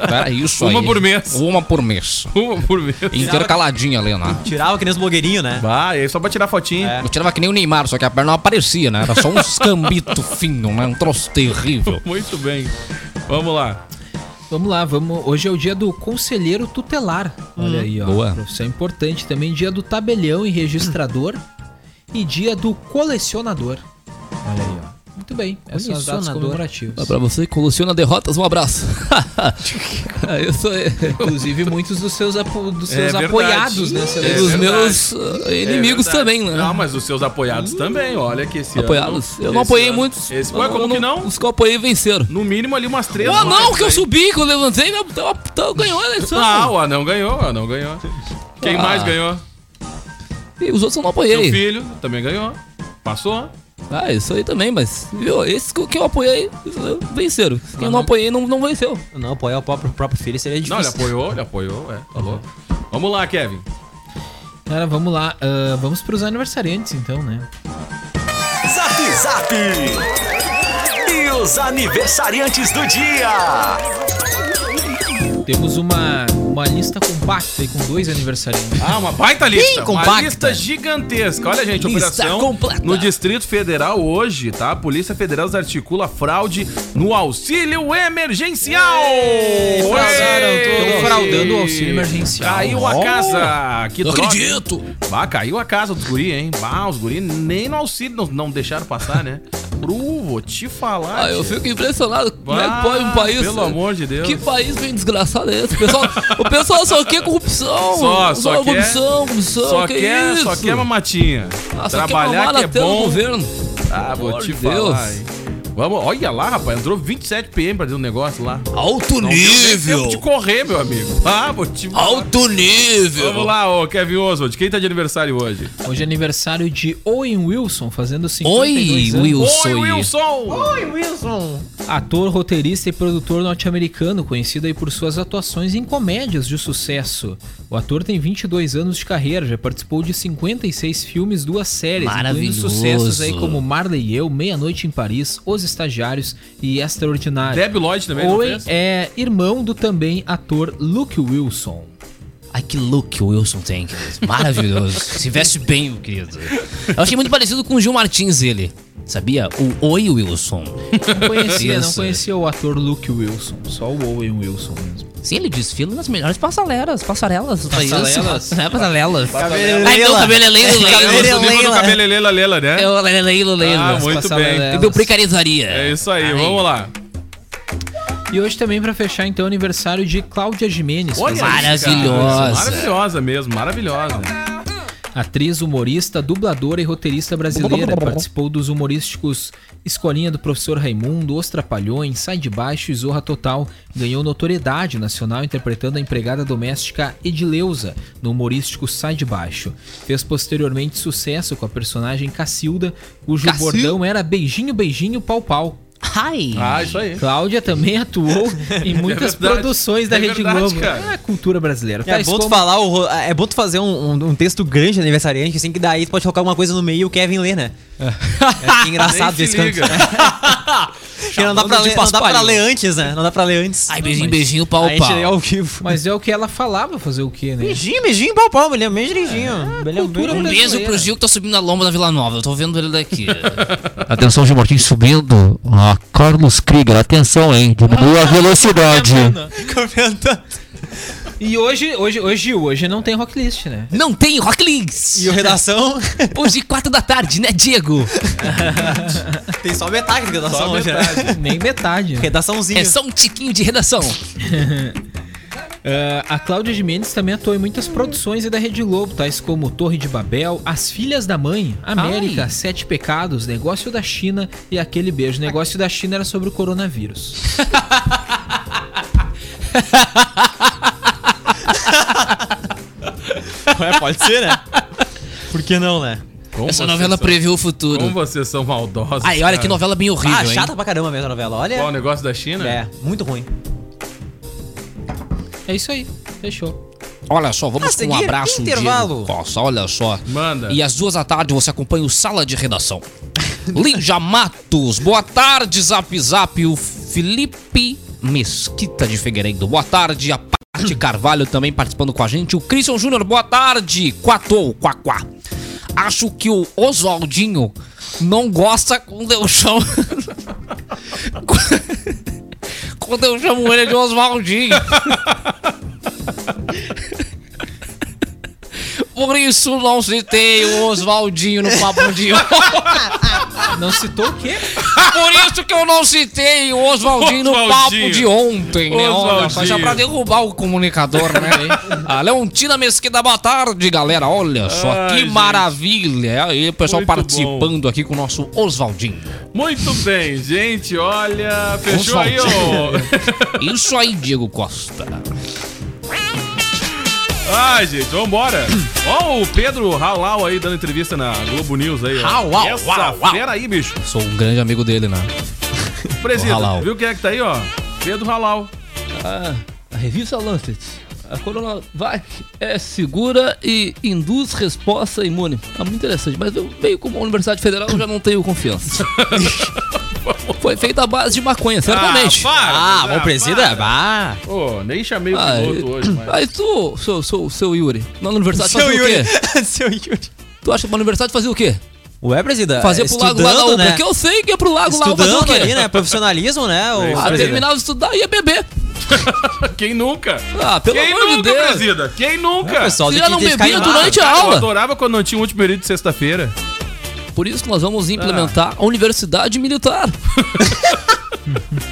I: Era isso aí.
F: Uma por mês.
I: Uma por mês.
F: Uma por vez.
I: Intercaladinha, Lena.
A: Tirava que nem os blogueirinhos, né?
F: Vai, aí é só pra tirar fotinho.
I: Eu tirava que nem o Neymar, só que a perna não aparecia, né? Era só um escambito fino, né? Um troço terrível.
F: Muito bem. Vamos lá.
G: Vamos lá, vamos. Hoje é o dia do conselheiro tutelar.
A: Hum.
G: Olha aí, ó.
I: Boa.
G: Profissão importante também. Dia do tabelião e registrador.
A: Hum.
G: E dia do colecionador. Olha aí, ó. Muito bem. Essas são as datas
A: Colecionador.
G: comemorativas.
I: Pra você que coleciona derrotas, um abraço. Isso aí.
G: Inclusive, muitos dos seus, apo- dos seus
F: É verdade.
G: apoiados, né?
F: É
I: E um dos
F: verdade.
I: meus uh, inimigos
F: É verdade.
I: também, né?
F: Ah, mas os seus apoiados também, olha que esse
I: Apoiados.
F: ano-
I: Eu não
F: esse
I: apoiei
F: ano-
I: muitos.
F: Esse,
I: Eu
F: ué, como que não?
I: Os que eu apoiei venceram.
F: No mínimo ali umas três.
I: O anão
F: votos
I: que eu
F: aí.
I: subi, que eu levantei, meu, tava, tava, ganhou a eleição.
F: Ah, o anão ganhou, o anão ganhou. Quem
I: Ah.
F: mais ganhou?
I: E os outros eu não
F: Seu
I: apoiei.
F: filho também ganhou. Passou.
I: Ah, isso aí também, mas viu, esses que eu- que eu apoiei eh, venceram. Quem eu não apoiei não, não venceu.
A: Não, apoiar o próprio, o próprio filho seria difícil.
F: Não, ele apoiou, ele apoiou, é, tá louco. Vamos lá, Kevin.
G: Cara, vamos lá. ah, vamos pros aniversariantes, então, né?
L: Zap Zap! E os aniversariantes do dia!
G: Temos uma, uma lista compacta aí com dois aniversariantes.
F: Ah, uma baita lista. Uma
A: compacta.
F: lista gigantesca. Olha, gente,
I: Lista
F: operação
I: completa.
F: no Distrito Federal hoje, tá? A Polícia Federal desarticula fraude no auxílio emergencial.
G: fraudaram
F: Ei!
G: tudo. Tão fraudando o auxílio emergencial.
F: Caiu a
G: Oh.
F: casa. Que
I: Não
F: droga.
I: acredito!
F: Bah, caiu a casa dos guri, hein? Bah, os guri nem no auxílio não, não deixaram passar, né? Bru, vou te falar.
I: Ah, eu
F: tia.
I: fico impressionado. Como é
F: Bah,
I: que pode um país.
F: Pelo amor de Deus.
I: Que país bem desgraçado é esse? O pessoal, o pessoal só quer corrupção.
F: Só- só quer-
I: corrupção, corrupção.
F: Só
I: que
F: quer,
I: isso?
F: só quer mamatinha.
I: Ah, só quer
F: Trabalhar
I: mamar na
F: que é
I: tela do
F: bom.
I: governo.
F: Ah, vou
I: Por
F: te
I: Deus.
F: falar, hein? Vamos, olha lá, rapaz, entrou 27 PM pra dentro do negócio lá.
I: Alto
F: Não deu nem tempo de
I: nível.
F: correr, meu amigo. Ah, vou te falar.
I: Alto nível.
F: Vamos lá, ô Kevin Oswald, quem tá de aniversário hoje?
G: Hoje é aniversário de Owen Wilson, fazendo 52
I: Oi,
G: anos.
F: Oi,
I: Wilson.
F: Wilson!
G: Ator, roteirista e produtor norte-americano, conhecido aí por suas atuações em comédias de sucesso. O ator tem 22 anos de carreira, já participou de 56 filmes, duas séries, incluindo
I: Maravilhoso.
G: sucessos aí como Marley e Eu, Meia Noite em Paris, Os Estagiários e Extraordinário.
F: Deb Lloyd também, não
G: Owen
F: fez?
G: é irmão do também ator Luke Wilson.
I: Ai, que look que o Wilson tem. cara. Maravilhoso. Se veste bem, meu querido. Eu achei muito parecido com o Gil Martins, ele. Sabia? O Oi Wilson.
G: Não conhecia, não
I: Isso.
G: conhecia o ator Luke Wilson, só o Owen Wilson mesmo.
I: Sim, ele desfila nas melhores passarelas. Passarelas. do país.
G: Passarelas?
I: Não é passarelas.
A: Cabelelela.
I: Ai, não, cabeleleiro.
F: Cabeleleira.
I: Cabeleleiro.
F: Cabeleleira. Cabeleleira, Lela, né?
I: Eu, leila, É leila.
F: Ah, muito bem.
G: passarelas.
I: Eu precarizaria.
F: É isso aí,
I: Ai.
F: vamos lá.
G: E hoje também pra fechar então o aniversário de Cláudia Jimenez,
F: Olha isso, cara.
I: Maravilhosa.
F: Maravilhosa mesmo, maravilhosa.
G: Atriz, humorista, dubladora e roteirista brasileira. Participou dos humorísticos Escolinha do Professor Raimundo, Os Trapalhões, Sai de Baixo e Zorra Total. Ganhou notoriedade nacional interpretando a empregada doméstica Edileuza no humorístico Sai de Baixo. Fez posteriormente sucesso com a personagem Cacilda, cujo
I: Cacil-
G: bordão era beijinho, beijinho, pau, pau.
I: Ai.
F: Ah, isso aí. É
G: Cláudia também atuou em muitas
F: verdade.
G: produções da
F: É
G: Rede
F: verdade,
G: Globo.
F: cara.
G: É a cultura brasileira.
A: É
G: Tais
A: bom, tu
G: como-
A: falar o ro- é bom tu fazer um, um- um texto grande de aniversariante, assim, que daí tu pode colocar alguma coisa no meio e o Kevin lê, né? É, que
I: Ah,
A: engraçado
F: Nem
A: desse
F: se
A: canto.
F: liga.
A: Porque não dá, pra
I: Chamando de
A: ler, não dá pra
I: paspalho.
A: ler antes, né? Não dá pra ler antes.
I: Ai, beijinho, beijinho, pau,
A: Aí a gente lê
I: pau.
A: ao vivo.
G: Mas é o que ela falava fazer o quê, né?
A: Beijinho, beijinho, pau, pau, me lembro bem direitinho. Me lembro
G: cultura
A: bem.
I: Um beijo pro Gil que tá subindo a lomba da Vila Nova. Eu tô vendo ele daqui.
J: Atenção, Gil Martins subindo. Ah, Carlos Krieger, atenção, hein? Diminua a velocidade.
A: Comentando.
G: E hoje, hoje, hoje, hoje não tem rocklist, né?
I: Não tem Rocklings.
A: E o redação
I: Hoje, quatro da tarde, né, Diego?
A: tem só metade da redação
G: é.
A: hoje, né?
G: Nem metade. né?
A: Redaçãozinho.
I: É só um tiquinho de redação.
H: Ah, a Cláudia de Mendes também atuou em muitas produções aí da Rede Globo, tais como Torre de Babel, As Filhas da Mãe, América,
G: Ai.
H: Sete Pecados, Negócio da China e Aquele Beijo. O negócio da China era sobre o coronavírus.
B: É, pode ser, né? Por que não, né?
F: Como
I: Essa
F: vocês
I: novela
F: são-
I: previu o futuro.
F: Como vocês são maldosos.
I: Ai, olha
F: cara.
I: que novela bem horrível,
G: Ah,
I: hein?
G: chata pra caramba mesmo a novela. Olha.
F: Qual o negócio da China?
G: É, muito ruim.
H: É isso aí, fechou.
I: Olha só,
G: A
I: vamos com um
G: seguir,
I: abraço
G: intervalo.
I: de Costa, olha só.
F: Manda.
I: E às duas da tarde você acompanha o Sala de Redação. Linja Matos, boa tarde, Zap Zap. O Felipe Mesquita de Figueiredo, boa tarde. A Paty Carvalho também participando com a gente. O Christian Júnior, boa tarde. Quatou, quaquá. Acho que o Oswaldinho não gosta quando eu chamo... quando eu chamo ele de Oswaldinho. Por isso não citei o Oswaldinho no papo de hoje.
H: Não citou o quê?
I: Por isso que eu não citei o Oswaldinho no
F: Oswaldinho.
I: papo de ontem, né? Olha, só, já
F: Oswaldinho.
I: pra derrubar o comunicador, né? A Leontina Mesquita, boa tarde, galera. Olha só,
F: Ai,
I: que
F: gente.
I: maravilha. E aí, o pessoal
F: Muito
I: participando aqui com o nosso Oswaldinho.
F: Muito bem, gente. Olha, fechou aí, ô.
I: Isso aí, Diego Costa.
F: Ai, Ah, gente, vambora. Ó, o Pedro Ralau aí dando entrevista na Globo News aí. ó.
I: Ralau,
F: Essa
I: uau, uau.
F: fera aí, bicho.
I: Sou um grande amigo dele, né?
F: Presida,
I: Ralau.
F: viu quem é que tá aí, ó? Pedro Ralau.
I: A revista Lancet. A Coronavac é segura e induz resposta imune. É muito interessante, mas eu veio como a Universidade Federal eu já não tenho confiança. Foi feita à base de maconha, certamente.
F: para,
G: Ah, bom, presida. Ah,
F: Ô, nem chamei o
I: Ah,
F: piloto hoje,
I: e-
F: mas...
I: Aí tu, seu, seu, seu Yuri, na universidade
B: Seu
I: fazia o
B: Yuri.
I: quê?
B: Seu Yuri.
I: Tu acha que na universidade fazia o quê?
G: Ué, presida.
I: Fazia pro lago
G: estudando,
I: lá da UPA,
G: né?
I: porque eu sei que ia pro lago lá fazer o
G: Estudando
I: quê?
G: ali, né? Profissionalismo, né? O
I: Ah,
G: presida.
I: terminava de estudar e ia beber.
F: é Quem nunca?
I: Ah, pelo
F: Quem
I: amor de
F: nunca,
I: Deus.
F: presida? Quem nunca?
G: Pessoal, tem
I: Você já
G: que
I: não bebia
G: descaimar.
I: durante a
F: Cara, Eu
I: aula.
F: adorava quando não tinha o último período de sexta-feira.
I: Por isso que nós vamos implementar a universidade militar.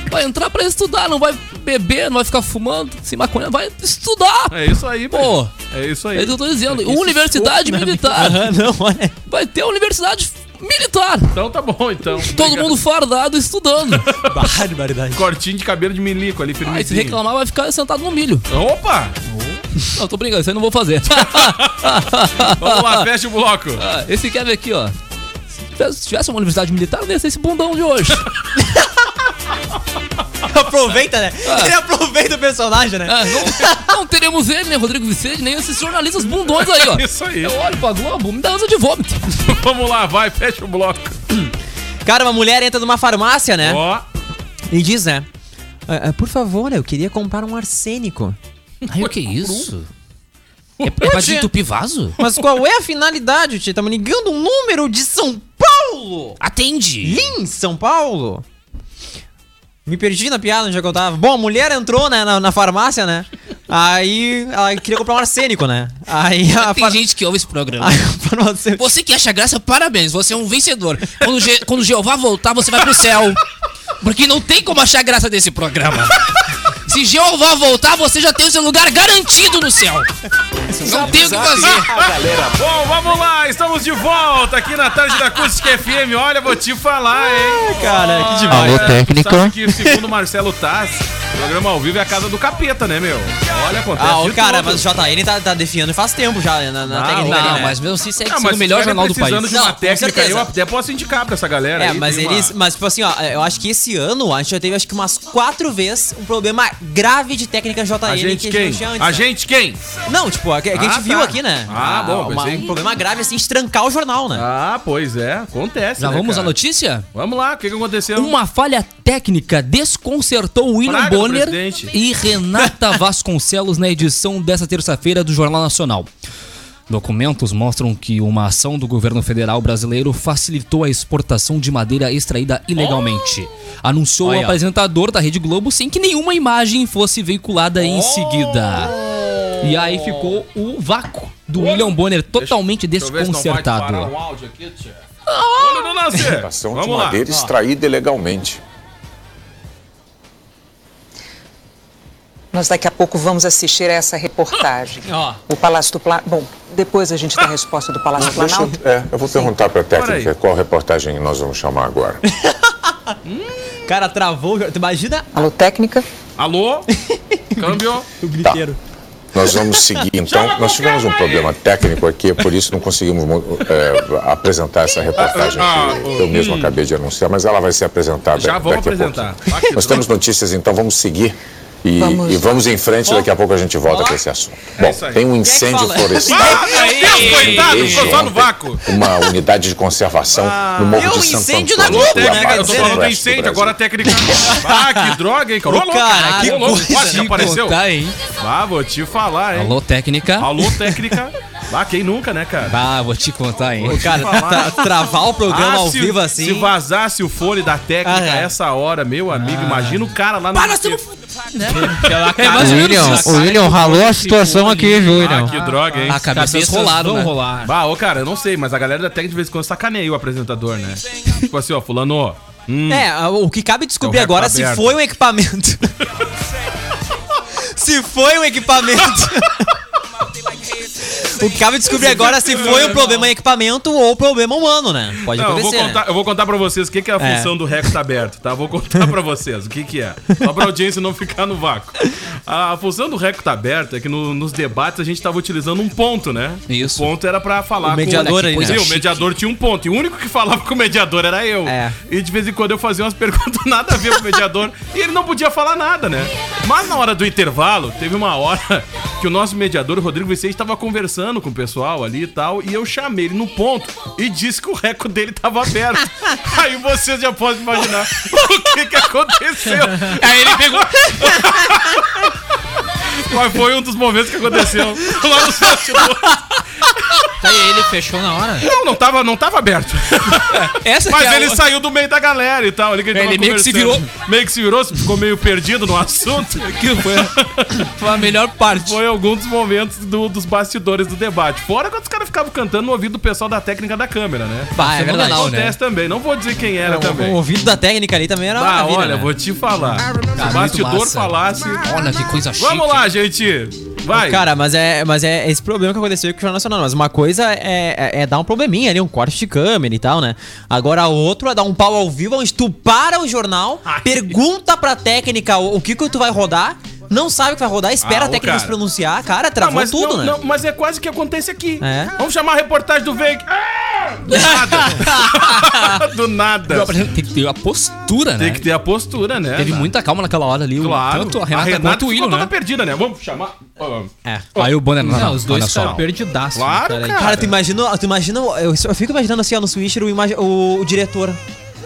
I: vai entrar pra estudar, não vai beber, não vai ficar fumando, se maconha, vai estudar.
F: É isso aí,
I: Pô.
F: Pô. É isso aí.
I: É isso que eu tô dizendo, universidade militar.
B: Ah, não, olha.
I: Vai ter universidade militar.
F: Então tá bom, então.
I: Todo mundo fardado estudando.
B: Barbaridade.
F: Cortinho de cabelo de milico ali,
I: Aí se
F: firmezinho.
I: reclamar vai ficar sentado no milho.
F: Opa!
I: Não, tô brincando, isso aí eu não vou fazer.
F: Vamos lá, fecha o bloco.
I: Ah, Esse Kevin aqui, ó. Se tivesse- Se tivesse uma universidade militar, não ia ser esse bundão de hoje.
B: Aproveita, né? Ele aproveita o personagem, né?
I: Ah, não, não teremos ele, nem Rodrigo Vicente, nem esses jornalistas bundões aí, ó.
F: Isso aí.
I: Eu olho pra Globo, me dá ânsia de vômito.
F: Vamos lá, vai, fecha o bloco.
G: Cara, uma mulher entra numa farmácia,
I: Oh.
G: né?
F: Ó,
G: E diz, né? "Ah, ah, Por favor, eu queria comprar um arsênico. "Ah,
I: Ai, o que é isso? É, é pra desentupir vaso?
G: Um Mas qual é a finalidade, Tia? Tá me ligando um número de São Paulo!
I: Atende!
G: Lins, São Paulo? Me perdi na piada onde é que eu tava. Bom, a mulher entrou né, na, na farmácia, né? Aí ela queria comprar um arsênico, né? Aí assim, a,
I: Tem
G: far...
I: gente que ouve esse programa.
F: Ah.
G: aí a farmacêutica.
I: Você que acha graça, parabéns, você é um vencedor. Quando, Je- quando Jeová voltar, você vai pro céu. Porque não tem como achar graça desse programa. Se Jeová voltar, você já tem o seu lugar garantido no céu. Não tem o que fazer.
A: A galera
F: bom, vamos lá, estamos de volta aqui na tarde da Acústica FM. Olha, vou te falar, hein?
B: Cara, que demais.
J: Alô,
F: Sabe
J: técnica.
F: que, segundo Marcelo Taz, o programa ao vivo é a casa do capeta, né, meu? Olha, acontece.
G: Ah,
F: de
G: o cara,
F: tudo.
G: mas o JN tá, tá defiando faz tempo já né, na, na
F: Ah,
G: técnica ali,
I: Não,
G: né?
I: mas mesmo assim segue
F: Ah,
I: sendo
F: mas
I: o melhor jornal do
F: precisando
I: país.
F: de uma
G: Não, com
F: técnica,
G: certeza.
F: eu até posso indicar pra essa galera.
G: É,
F: aí,
G: mas
F: tem uma-
G: eles. Mas, tipo assim, ó, eu acho que esse ano a gente já teve acho que umas quatro vezes um problema grave de técnica JN
F: A
G: que
F: gente quem?
G: tinha antes,
F: A
G: né?
F: gente quem?
G: Não, tipo, a, que a gente
F: Ah,
G: viu
F: tá.
G: aqui, né?
F: Ah, bom,
G: uma,
F: pensei.
G: Um problema grave, assim, de trancar o jornal, né?
F: Ah, pois é, acontece.
I: Já
F: né,
I: vamos à
F: cara?
I: notícia?
F: Vamos lá, o que, que aconteceu?
I: Uma falha técnica desconcertou William
F: Praga Então- do
I: Bonner
F: presidente.
I: e Renata Vasconcelos na edição desta terça-feira do Jornal Nacional. Documentos mostram que uma ação do governo federal brasileiro facilitou a exportação de madeira extraída ilegalmente.
F: Oh!
I: Anunciou
G: Olha.
I: o apresentador da Rede Globo sem que nenhuma imagem fosse veiculada
F: Oh!
I: em seguida. E aí ficou o vácuo do William Bonner totalmente
F: Deixa eu ver se não vai
I: desconcertado.
F: parar o áudio aqui, tia. Olha no lance. Vamos lá.
E: extraída ilegalmente.
M: Nós daqui a pouco vamos assistir a essa reportagem.
G: Ó.
M: O Palácio do Planalto. Bom, depois a gente dá a resposta do Palácio do
E: Deixa eu,
M: Planalto.
E: é, eu vou perguntar para a técnica
F: Peraí.
E: qual reportagem nós vamos chamar agora.
B: Cara, travou. tu Imagina
M: Alô, técnica?
F: Alô? Câmbio?
B: o griteiro.
E: Nós vamos seguir, então. Nós tivemos um problema técnico aqui, por isso não conseguimos mu- é, apresentar essa reportagem que eu mesmo acabei de anunciar, mas ela vai ser apresentada
F: Já vamos
E: daqui a
F: apresentar.
E: pouquinho.
F: Ah, que
E: Nós temos notícias, então vamos seguir. E e vamos,
M: Vamos.
E: em frente, daqui a pouco a gente volta com esse assunto. Bom,
F: isso aí.
E: tem um incêndio
G: fala?
E: florestal.
F: Ah, meu Deus, coitado, ficou só no
E: ontem,
F: vácuo.
E: Uma unidade de conservação no Morro
G: é um
E: de Santo
G: incêndio na
E: Antônio,
G: Globo,
E: Cuiabá,
G: né? Quer
F: É, Eu tô
G: dizer,
F: falando do
E: oeste
F: incêndio,
E: Brasil.
F: agora a técnica. Ah, que droga, hein, cara? Ô, louco,
G: cara, que
F: ô, louco, quase que
I: de
F: apareceu.
I: contar, hein?
F: Ah, vou te falar, hein? Alô,
I: Alô, técnica.
F: técnica. Ah, quem nunca, né, cara?
I: Ah, vou te contar, hein?
F: Vou te
G: Cara,
F: falar.
G: tra- travar o programa
F: Ah,
G: ao
F: se-
G: vivo assim.
F: Se vazasse o fone da técnica
G: Ah, é.
F: essa hora, meu amigo, imagina o cara lá no.
G: Ah, nós estamos
B: Pela
J: O
B: cara.
J: William, o William ralou a situação aqui, viu,
F: Ah,
J: William?
F: que droga, hein?
I: A cabeça
H: Cabeças
I: rolaram,
H: vão
I: né?
H: rolar.
F: Ah, ô, cara, eu não sei, mas a galera da técnica de vez em quando sacaneia o apresentador, né? Tipo assim, ó, fulano, ó. hum,
G: É, o que cabe descobrir
F: É o recto
G: agora é se
F: aberto.
G: foi um equipamento. se foi um equipamento. o que cabe descobrir agora é se foi um problema em equipamento ou problema humano, né? Pode
F: Não, eu vou,
G: acontecer. né?
F: contar, eu vou contar pra vocês o que, que é a
G: É.
F: função do recto aberto, tá? Vou contar pra vocês o que, que é. Só pra audiência não ficar no vácuo. A função do recto aberto é que no- nos debates a gente tava utilizando um ponto, né?
I: Isso.
F: O ponto era pra falar
G: O mediador
F: com...
G: aí,
F: Sim,
G: né?
F: o mediador tinha um ponto. E o único que falava com o mediador era eu.
G: É.
F: E de vez em quando eu fazia umas perguntas nada a ver com o mediador. e ele não podia falar nada, né? Mas na hora do intervalo, teve uma hora que o nosso mediador, o Rodrigo Vicente, estava conversando com o pessoal ali e tal. E eu chamei ele no ponto e disse que o recorde dele tava aberto. Aí vocês já podem imaginar o que, que aconteceu. Aí ele pegou. Mas foi um dos momentos que aconteceu lá nos bastidores.
H: Tá, e ele fechou na hora?
F: Não, não tava, não tava aberto.
I: Essa que
F: Mas
I: é
F: ele
I: a-
F: saiu do meio da galera e tal. Ele, que tava
I: Ele meio que se
F: conversando. Meio que se virou, ficou meio perdido no assunto.
I: que foi, a- foi a melhor parte.
F: Foi algum dos momentos do- dos bastidores do debate. Fora quando os caras ficavam cantando no ouvido do pessoal da técnica da câmera, né?
I: Bah, é verdade.
F: Acontece também. Não vou dizer quem era
G: O
F: também.
G: ouvido da técnica ali também era uma
F: Ah,
G: maravilha,
F: olha,
G: né?
F: vou te falar. Se o
I: muito
F: bastidor
I: massa.
F: falasse.
I: Olha que coisa chique.
F: Vamos lá, gente. Vai.
G: Cara, mas é, mas é esse problema que aconteceu com o Jornal Nacional. Mas uma coisa é, é- é dar um probleminha ali, um corte de câmera e tal, né? Agora outro é dar um pau ao vivo, onde tu para o jornal,
F: Ai.
G: pergunta pra técnica o, o que que tu vai rodar, não sabe o que vai rodar, espera
F: Ah,
G: a
F: ô,
G: técnica
F: cara.
G: se pronunciar. Cara,
F: Não,
G: travou
F: Ah, mas não,
G: tudo, né?
F: não, mas é quase que acontece aqui.
G: É.
F: Vamos chamar a reportagem do Veig. Ah! Do nada. do nada.
I: Tem que ter a postura, né?
F: Tem que ter a postura, né?
I: Teve muita calma naquela hora ali. o-
F: Claro.
I: Tanto a Renata, quanto o
F: ficou
I: William,
F: toda
I: né?
F: perdida, né? Vamos chamar. Ó,
G: É.
I: Aí o Bonner,
H: Não, os dois
I: olha só.
H: ficaram perdidaço.
F: Claro,
H: né,
F: cara.
G: Cara, tu imagina, tu imagina, eu, só- eu fico imaginando assim, ó, no Switcher, o, imagi- o- o diretor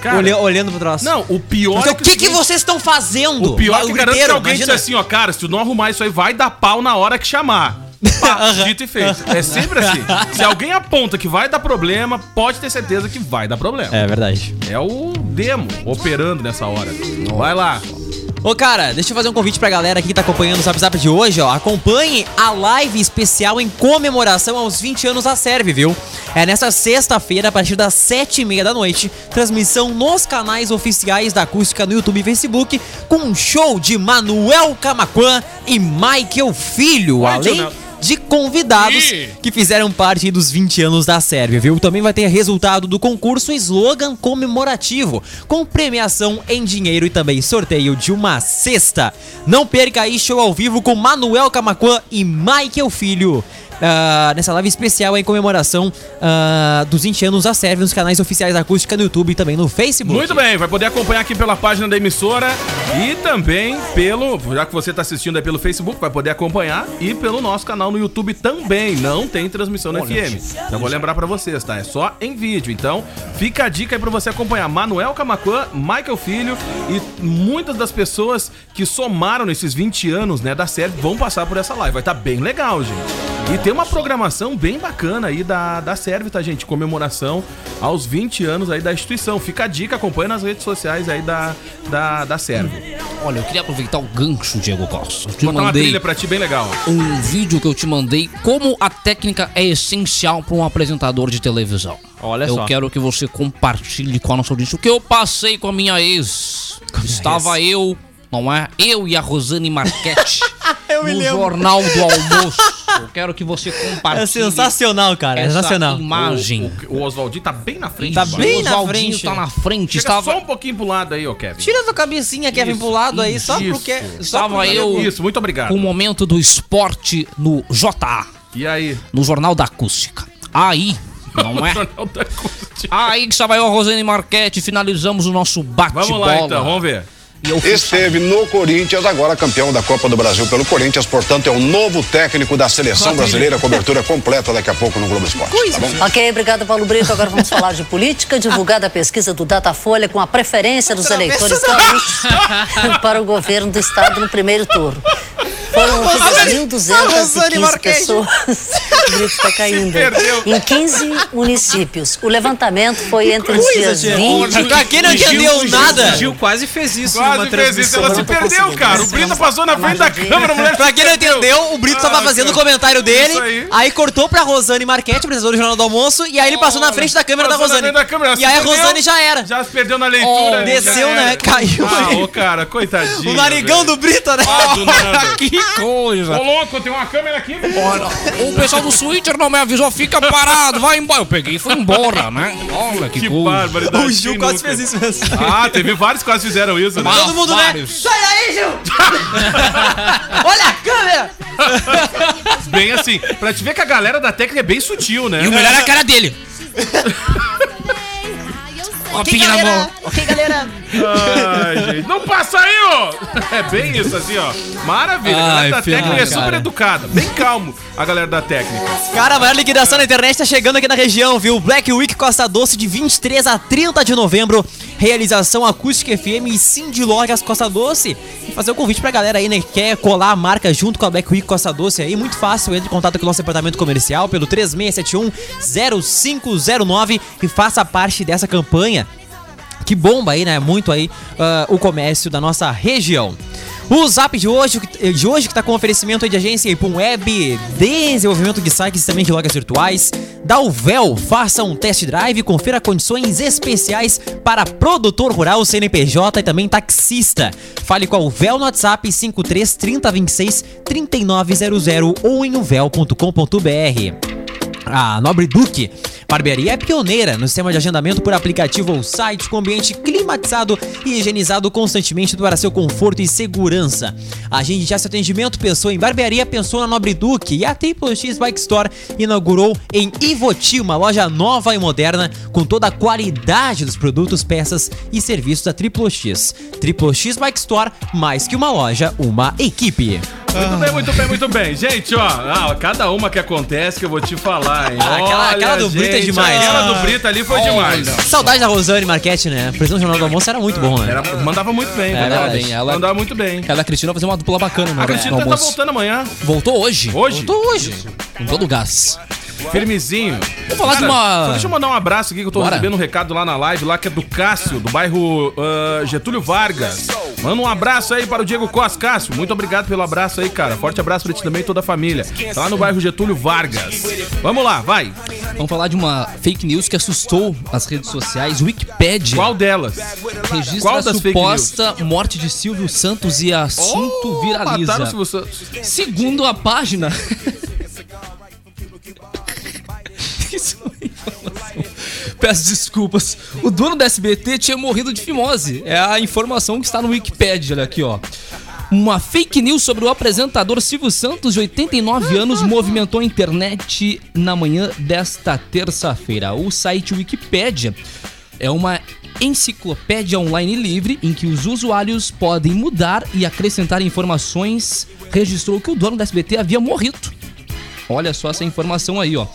F: Cara.
G: olhe- olhando pro troço.
F: Não, o pior
G: Então, o que, que
F: seguinte-
G: vocês estão fazendo?
F: O pior é que garanto que
G: griteiro,
F: alguém disse
G: imagina.
F: assim, ó, cara, se tu não arrumar isso aí, vai dar pau na hora que chamar. Pá, dito e feito. É sempre assim. Se alguém aponta que vai dar problema, pode ter certeza que vai dar problema.
G: É verdade.
F: É, o demo operando nessa hora. Vai lá.
G: Ô, cara, deixa eu fazer um convite pra galera aqui que tá acompanhando o Zap Zap de hoje, ó. Acompanhe a live especial em comemoração aos 20 anos da Serve, viu? É nessa sexta-feira, a partir das 7h30 da noite, transmissão nos canais oficiais da Acústica no YouTube e Facebook, com um show de Manuel Camaquã e Michael Filho, além de convidados que fizeram parte dos 20 anos da Sérvia, viu? Também vai ter resultado do concurso slogan comemorativo, com premiação em dinheiro e também sorteio de uma cesta. Não perca aí show ao vivo com Manuel Camacuã e Michael Filho. ah, nessa live especial em comemoração ah, dos 20 anos da Sérvia nos canais oficiais da Acústica no YouTube e também no Facebook.
F: Muito bem, vai poder acompanhar aqui pela página da emissora e também pelo, já que você tá assistindo aí pelo Facebook, vai poder acompanhar e pelo nosso canal no YouTube também. Não tem transmissão no FM. Já vou lembrar pra vocês, tá? É só em vídeo. Então, fica a dica aí pra você acompanhar Manuel Camacuã, Michael Filho e muitas das pessoas que somaram nesses 20 anos, né, da série vão passar por essa live. Vai estar bem legal, gente. E tem uma programação bem bacana aí da, da Serve, tá, gente? Comemoração aos 20 anos aí da instituição. Fica a dica, acompanha nas redes sociais aí da, da, da Serve.
I: Olha, eu queria aproveitar o gancho, Diego Costa. Eu te
F: Botar uma
I: mandei
F: trilha pra ti bem legal.
I: um vídeo que eu te mandei como a técnica é essencial para um apresentador de televisão.
G: Olha
I: eu
G: só.
I: quero que você compartilhe com a nossa audiência o que eu passei com a minha ex. Estava eu, não é? Eu e a Rosane Marquete.
N: Eu me
I: no
N: lembro.
I: Jornal do Almoço. Eu quero que você compartilhe.
N: É sensacional, cara. É
I: essa
N: sensacional.
I: imagem.
F: O, o, o Oswaldinho tá bem na frente.
I: Tá
F: do
I: bem
F: Oswaldinho.
I: na frente. tá na frente,
F: Chega
I: estava-
F: só um pouquinho pro lado aí, ô Kevin.
G: Tira tua cabecinha, Kevin, pro lado aí, só
F: Isso.
G: porque. Só
I: Estava
G: porque-
I: eu.
F: Isso, muito obrigado.
I: Com o um momento do esporte no JA.
F: E aí?
I: No Jornal da Acústica. Aí, não é? aí que estava eu, a Rosane Marquete, finalizamos o nosso bate-bola.
F: Vamos lá então, vamos ver.
O: Esteve no Corinthians, agora campeão da Copa do Brasil pelo Corinthians, portanto é o novo técnico da seleção brasileira. Cobertura completa daqui a pouco no Globo Esporte. Tá bom?
J: Ok, obrigado, Paulo Brito. Agora vamos falar de política. Divulgada a pesquisa do Datafolha com a preferência dos
A: é
J: eleitores gaúchos para o governo do estado no primeiro turno. Foram
P: Rosane- Rosane
J: 1.215
P: Marquez.
J: pessoas. O Brito está caindo. Em 15 municípios. O levantamento foi entre os
A: coisa,
J: dias
A: gente.
J: 20
A: Pra quem não entendeu nada.
F: O Gil
A: quase fez isso
F: Quase fez isso, ela se perdeu, cara. O Brito passou na frente da câmera, mulher.
G: Pra quem não entendeu, o Brito
F: Ah,
G: tava
F: tá.
G: fazendo o comentário dele, aí. cortou pra Rosane Marquete, apresentadora do Jornal do Almoço, e aí ele passou na frente da câmera da
F: Passou na
G: Rosane.
F: frente da câmera,
G: e aí a
F: se perdeu.
G: Rosane já era.
F: Já se perdeu na leitura.
G: desceu,
F: já
G: né?
F: era.
G: Caiu.
F: Ah, ô, cara, coitadinho.
G: O narigão do Brito, né?
I: que coisa.
F: Ô, louco, tem uma câmera aqui.
I: O pessoal do Twitter não me avisou, fica parado, vai embora. Eu peguei e fui embora, né? Olha que, coisa.
F: barbaridade,
I: O Gil quase fez
G: isso mesmo.
F: Ah, teve vários que quase fizeram isso, né?
G: Todo mundo, né? Sai daí, Gil! Olha a câmera!
F: Bem assim, pra te ver que a galera da técnica é bem sutil, né?
I: E o melhor é a cara dele.
F: pinga na mão.
P: Ok, galera.
F: Ai, gente. Não passa aí, ó! É bem isso, assim, ó. Maravilha. A galera
G: Ai,
F: da
G: filho,
F: técnica é super
G: cara.
F: educada. Bem calmo, a galera da técnica.
G: Cara, a maior liquidação na internet tá chegando aqui na região, viu? Black Week Costa Doce de 23 a 30 de novembro. Realização Acústica FM e Cindy Lojas Costa Doce. E fazer o um convite pra galera aí, né? que Quer colar a marca junto com a Black Week Costa Doce aí? Muito fácil. Entre em contato com o nosso departamento comercial pelo 3671-0509 e faça parte dessa campanha que bomba aí, né? Muito aí ah, o comércio da nossa região. O zap de hoje, de hoje que tá com oferecimento aí de agência Ipum Web, desenvolvimento de sites e também de lojas virtuais. Dalvel, faça um test drive, confira condições especiais para produtor rural, CNPJ e também taxista. Fale com o Véu no WhatsApp 53 30 26 3900 ou em uvel.com.br. A Nobre Duque Barbearia é pioneira no sistema de agendamento por aplicativo ou site com ambiente climatizado e higienizado constantemente para seu conforto e segurança. Agende já seu atendimento, pensou em barbearia, pensou na Nobre Duque e a Triple X Bike Store inaugurou em Ivoti uma loja nova e moderna com toda a qualidade dos produtos, peças e serviços da Triple X. Triple X Bike Store, mais que uma loja, uma equipe.
F: Muito bem, muito bem, muito bem. Gente, ó, ah, cada uma que acontece que eu vou te falar, hein?
G: Ah, aquela- aquela do Brito é demais.
F: Aquela
G: Ah.
F: do Brito ali foi
G: Olha.
F: demais.
G: Saudade da Rosane Marquete, né? A presença do Jornal do Almoço era muito bom, né?
F: Era- mandava muito bem,
G: É
F: mandava
G: verdade.
F: bem. Ela... Mandava muito bem.
I: Ela, a Cristina, vai fazer uma dupla bacana
G: né?
I: no
F: A Cristina tá
I: almoço.
F: voltando amanhã.
I: Voltou hoje?
F: Hoje?
I: Voltou hoje. Com todo o gás.
F: Firmezinho.
I: Vou falar de uma-
F: só deixa eu mandar um abraço aqui que eu tô
I: Bora.
F: recebendo um recado lá na live, lá que é do Cássio, do bairro ah, Getúlio Vargas. Manda um abraço aí para o Diego Costa. Cássio, muito obrigado pelo abraço aí, cara. Forte abraço pra ti também e toda a família. Tá lá no bairro Getúlio Vargas. Vamos lá, vai.
I: Vamos falar de uma fake news que assustou as redes sociais. Wikipedia.
F: Qual delas?
I: Registra
F: Qual
I: a
F: das fake
I: suposta morte de Silvio Santos e assunto viraliza.
F: mataram o tá Silvio
I: Segundo a página. Isso é informação. Peço desculpas. O dono da SBT tinha morrido de fimose. É a informação que está no Wikipedia olha aqui, ó. Uma fake news sobre o apresentador Silvio Santos, de 89 anos, movimentou a internet na manhã desta terça-feira. O site Wikipedia é uma enciclopédia online livre em que os usuários podem mudar e acrescentar informações. Registrou que o dono da SBT havia morrido. Olha só essa informação aí, ó.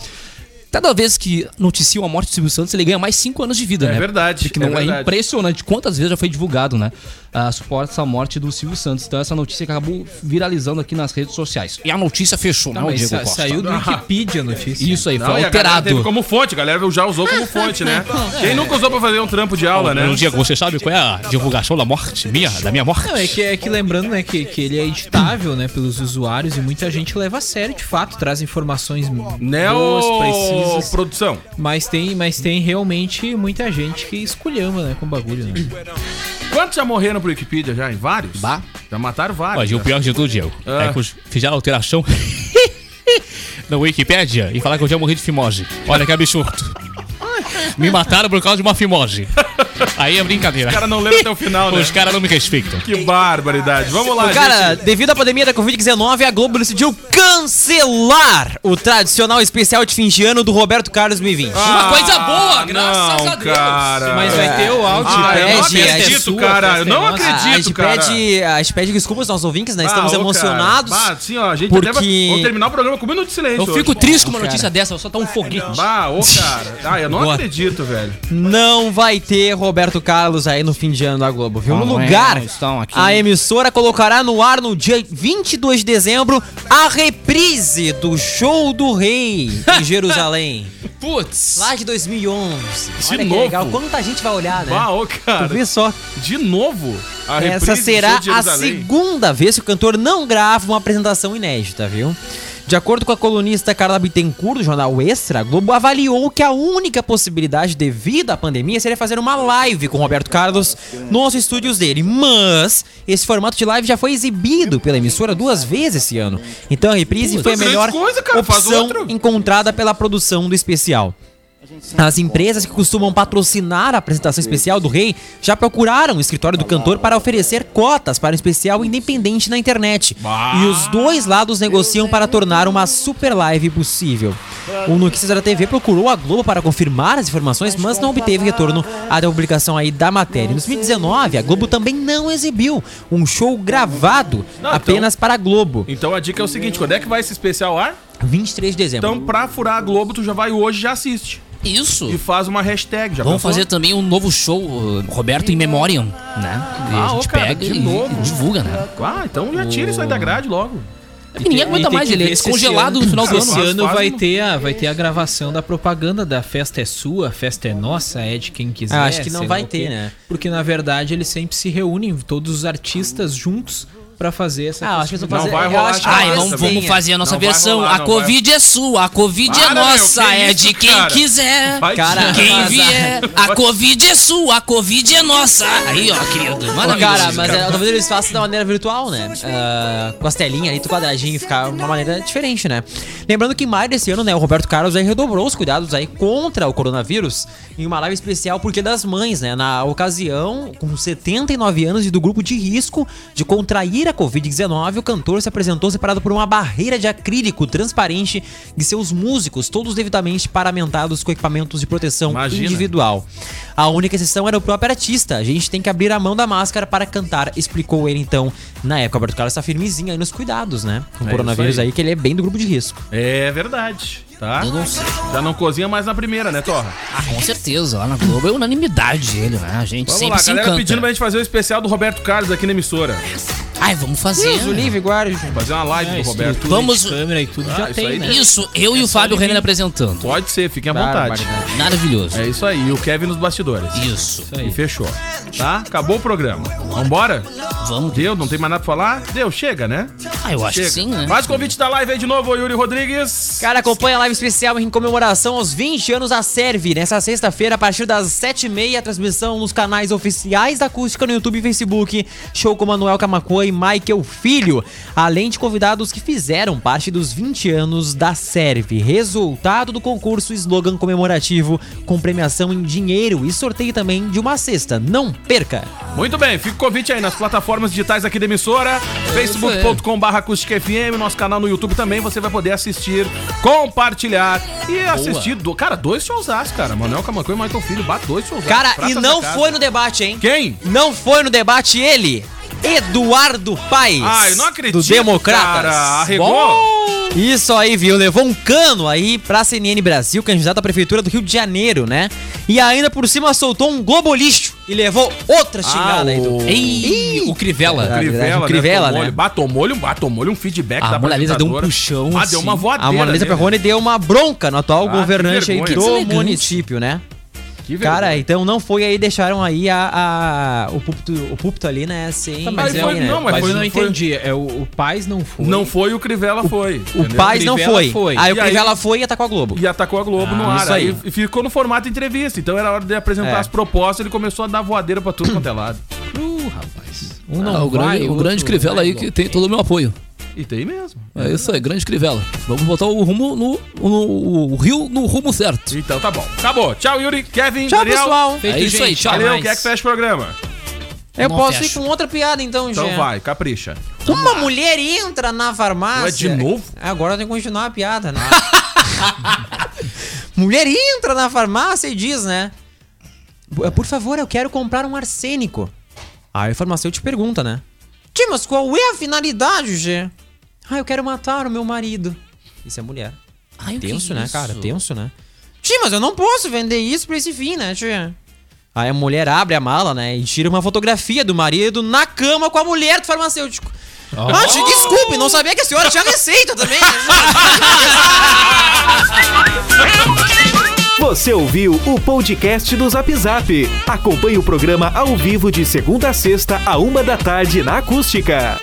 I: Cada vez que noticiam a morte do Silvio Santos, ele ganha mais 5 anos de vida,
F: É
I: né?
F: verdade,
I: Porque não
F: é
I: é,
F: verdade.
I: impressionante quantas vezes já foi divulgado, né? A suposta morte do Silvio Santos. Então essa notícia acabou viralizando aqui nas redes sociais. E a notícia fechou, né,
A: Não,
I: o
A: mas
I: Diego
A: sa-
I: Costa?
A: saiu do
F: Ah.
A: Wikipedia a notícia.
I: Isso
G: Tá
I: aí, foi
F: Não, e a galera
I: alterado.
F: teve como fonte, a galera já usou como fonte, né? Quem nunca usou pra fazer um trampo de aula, né?
A: Bom dia,
I: você sabe qual é a divulgação da morte minha, da minha morte?
A: Não, é que, é que lembrando, né, que, que ele é editável, né, pelos usuários e muita gente leva a sério, de fato, traz informações
F: Né, ô,
A: boas, precisas.
F: produção?
A: Mas tem, mas tem realmente muita gente que esculhamba, né, com o bagulho, né?
F: Quantos já morreram pro Wikipedia já? Em vários? Já mataram vários.
Q: Mas e o
F: já.
Q: pior de tudo, Diego,
F: Ah.
Q: é que os- fizeram alteração no Wikipedia e falaram que eu já morri de fimose. Olha que absurdo. Me mataram por causa de uma fimose. Aí é brincadeira. Os
F: caras não leram até o final, né?
Q: Os caras não me respeitam.
F: Que barbaridade. Vamos lá,
G: Cara, devido à pandemia da Covid-19, a Globo decidiu cancelar o tradicional especial de fim de ano do Roberto Carlos 2020.
F: Ah, não, Cara.
G: Mas vai ter o áudio,
F: Ah, eu não
G: pede, é
F: acredito,
G: sua,
F: cara.
G: festa
F: Eu
G: é
F: não
G: nossa.
F: acredito,
G: a gente
F: cara.
G: Pede, a gente pede desculpas aos ouvintes, né?
F: Ah,
G: Estamos
F: ô, cara.
G: emocionados.
F: Bah, sim, ó, a gente
G: porque...
F: até vai- vamos terminar o programa com um minuto de silêncio.
G: Eu fico triste com uma notícia
F: dessa, eu só tá um foguete. Ah, ô, cara. Ah, eu não
G: Boa.
F: acredito, velho.
G: Não vai ter Roberto Carlos aí no fim de ano da Globo, viu? No
F: Não é,
G: lugar,
F: não estão aqui.
G: a emissora colocará no ar no dia 22 de dezembro a reprise do Show do Rei em Jerusalém.
R: Putz.
G: Lá de 2011.
F: De
G: Olha que
F: novo?
G: legal. Quanta gente vai olhar, né?
F: Ah, ô, cara.
G: Tu vê só.
F: De novo? A reprise
G: Essa
F: do
G: será
F: Show de
G: a
F: Jerusalém.
G: segunda vez que o cantor não grava uma apresentação inédita, viu? De acordo com a colunista Carla Bittencourt, do jornal Extra, a Globo avaliou que a única possibilidade devido à pandemia seria fazer uma live com Roberto Carlos nos estúdios dele. Mas esse formato de live já foi exibido pela emissora duas vezes esse ano. Então a reprise
F: Putz,
G: foi a
F: grande
G: melhor
F: coisa, cara, faz
G: opção
F: outra.
G: encontrada pela produção do especial. As empresas que costumam patrocinar a apresentação especial do rei já procuraram o escritório do cantor para oferecer cotas para um especial independente na internet. E os dois lados negociam para tornar uma super live possível. O Notícias da TV procurou a Globo para confirmar as informações, mas não obteve retorno até a publicação aí da matéria. Em 2019, a Globo também não exibiu um show gravado
F: Não, então-
G: apenas para a Globo.
F: Então a dica é o seguinte: quando é que vai esse especial ar?
G: 23 de dezembro.
F: Então, pra furar a Globo, tu já vai hoje e já assiste.
Q: Isso.
F: E faz uma hashtag. Já
Q: Vamos
F: pensou?
Q: fazer também um novo show, uh, Roberto in Memoriam, né? E
F: Ah,
Q: a
F: ô,
Q: gente
F: cara,
Q: pega
F: de
Q: e
F: novo.
Q: divulga, né?
F: Ah, então já tira isso aí da grade logo.
Q: E ninguém aguenta mais, ele é descongelado no final do ano.
H: Esse ano vai
G: um-
H: ter, a, vai ter a gravação da propaganda da festa é sua, a festa é nossa, é de quem quiser.
G: Ah, acho que não
H: sei
G: vai
H: lá o quê.
G: ter, né?
H: Porque na verdade eles sempre se reúnem, todos os artistas juntos, pra fazer essa
G: Ah, acho que eles vão fazer- Não vai eu rolar acho que
Q: Ai, vamos, vamos fazer a nossa
H: Não vai
Q: versão.
H: rolar,
Q: a
H: não
Q: Covid é sua, a Covid é
G: Para, meu,
Q: nossa,
G: que
Q: é
G: isso,
Q: de quem
G: cara?
Q: quiser.
G: Vai Cara, te-
Q: quem
G: mas a-
Q: vier. A Covid é sua, a Covid é nossa. Aí, ó, querido.
G: Ô, cara,
Q: Maravilhoso.
G: mas é, talvez eles façam da maneira virtual, né? Ah, com as telinhas ali, do quadradinho, ficar uma maneira diferente, né? Lembrando que em maio desse ano, né, o Roberto Carlos aí redobrou os cuidados aí contra o coronavírus em uma live especial porque das mães, né? Na ocasião, com 79 anos e do grupo de risco de contrair a Covid-19, o cantor se apresentou separado por uma barreira de acrílico transparente de seus músicos, todos devidamente paramentados com equipamentos de proteção
F: Imagina.
G: individual individual. A única exceção era o próprio artista. A gente tem que abrir a mão da máscara para cantar, explicou ele então. Na época, o Roberto Carlos tá firmezinho aí nos cuidados, né? Com o
F: É
G: coronavírus
F: isso aí.
G: aí. que ele é bem do grupo de risco.
F: É verdade, tá? Eu não sei. Já não cozinha mais na primeira, né, Torra?
Q: Ah, com certeza, lá na Globo é unanimidade ele, né? A gente
F: Vamos
Q: sempre
F: lá,
Q: se
F: galera
Q: encanta.
F: pedindo pra gente fazer o especial do Roberto Carlos aqui na emissora.
Q: Ai, vamos fazer.
G: Deus, o livre guarde.
F: Fazer uma live do Roberto.
Q: Vamos.
F: Ah, já isso tem, aí né? deve-
Q: Isso, eu e o Fábio Renner apresentando.
F: Pode ser, fiquem à
Q: Barbaridade.
F: vontade.
Q: Maravilhoso.
F: É isso aí, e o Kevin nos bastidores.
Q: Isso.
F: E fechou. Tá? Acabou o programa. Vambora?
Q: Vamos.
F: Deu, não tem mais nada pra falar? Deu, chega, né?
Q: Ah, eu acho que sim, né?
F: Faz o convite da live aí de novo, Yuri Rodrigues.
G: Cara, acompanha a live especial em comemoração aos 20 anos da Serve. Nessa sexta-feira, a partir das 7h30, a transmissão nos canais oficiais da Acústica no YouTube e Facebook. Show com Manuel Camacuã e Michael Filho. Além de convidados que fizeram parte dos 20 anos da Serve. Resultado do concurso slogan comemorativo com premiação em dinheiro e sorteio também de uma cesta. Não perca!
F: Muito bem, fica o convite aí nas plataformas digitais aqui da
G: É
F: emissora, facebook.com.br acústicafm, nosso canal no YouTube também, você vai poder assistir, compartilhar e assistir, do, cara, dois showzás, cara, Manuel Camacuã e Michael Filho, bate dois showzás.
G: Cara, e
F: Pratas
G: não
F: da casa.
G: foi no debate, hein?
F: Quem?
G: Não foi no debate ele, Eduardo Paes.
F: Ah, eu não acredito,
G: Do Democratas.
F: cara, arregou.
G: Bom, Isso aí, viu? Levou um cano aí pra CNN Brasil, candidato à prefeitura do Rio de Janeiro, né? E ainda por cima soltou um globo lixo e levou outra
F: Ah,
G: xingada aí. Do...
Q: Ei, o Crivella.
G: Verdade, verdade,
F: Crivella,
G: o Crivella,
F: né?
G: né?
F: Batou molho, batou molho, um feedback
G: A
F: da
G: Mona Lisa deu um
F: apresentadora.
G: puxão.
F: Ah, deu
G: assim.
F: uma voadeira.
G: A Mona Lisa
F: nele. né?
G: Perrone deu uma bronca no atual
F: Ah,
G: governante
F: que
G: aí
F: vergonha.
G: do
F: Deselegante.
G: município, né?
F: Que
G: Cara,
F: vergonha.
G: então não foi aí, deixaram aí a, a- o, púlpito, o púlpito ali, né? Sem.
H: Tá, mas
G: sem,
H: foi-
G: né?
H: não, mas foi- foi-
G: É, o, o Paz não foi.
F: Não foi, o Crivella foi.
G: O Paz não foi. Aí o Crivella
F: ela
G: foi e atacou a Globo.
F: E atacou tá a Globo no
G: Ah,
F: ar.
G: isso
F: Aí.
G: aí.
F: e ficou no formato entrevista. Então era hora de apresentar
G: É.
F: as propostas, ele começou a dar voadeira pra tudo quanto é lado. Uh, rapaz.
H: Um
I: não o
H: vai,
I: grande, o
H: outro
I: grande Crivella
H: vai
I: aí que tem todo o meu apoio.
F: E tem mesmo.
I: É isso aí, grande Crivella. Vamos botar o rumo no, no- o rio no rumo certo.
F: Então tá bom. Acabou. Tchau, Yuri, Kevin,
G: Tchau,
F: Daniel.
G: pessoal.
I: Feito,
F: é isso aí,
I: gente.
F: tchau.
I: Até
F: Valeu,
I: mais.
F: quer que feche o programa?
G: Eu
F: Não
G: posso
F: fecho.
G: ir com outra piada então,
F: Então
G: Jean.
F: vai, capricha.
G: Uma mulher entra na farmácia. É,
F: Ué, de novo?
G: Agora tem que continuar a piada, né? mulher entra na farmácia e diz, né? "Por- Por favor, eu quero comprar um arsênico. Aí o farmacêutico pergunta, né? Tim, mas qual é a finalidade, G? Ah, eu quero matar o meu marido. Isso é mulher.
R: Ai, o que
G: tenso,
R: é
G: né,
R: isso?
G: cara? Tenso, né? Tim, mas eu não posso vender isso pra esse fim, né, tia? Aí a mulher abre a mala, né? E tira uma fotografia do marido na cama com a mulher do farmacêutico. Ah, tia, desculpe, não sabia que a senhora tinha receita também. né,
A: Você ouviu o podcast do Zap Zap. Acompanhe o programa ao vivo de segunda a sexta, a uma da tarde na Acústica.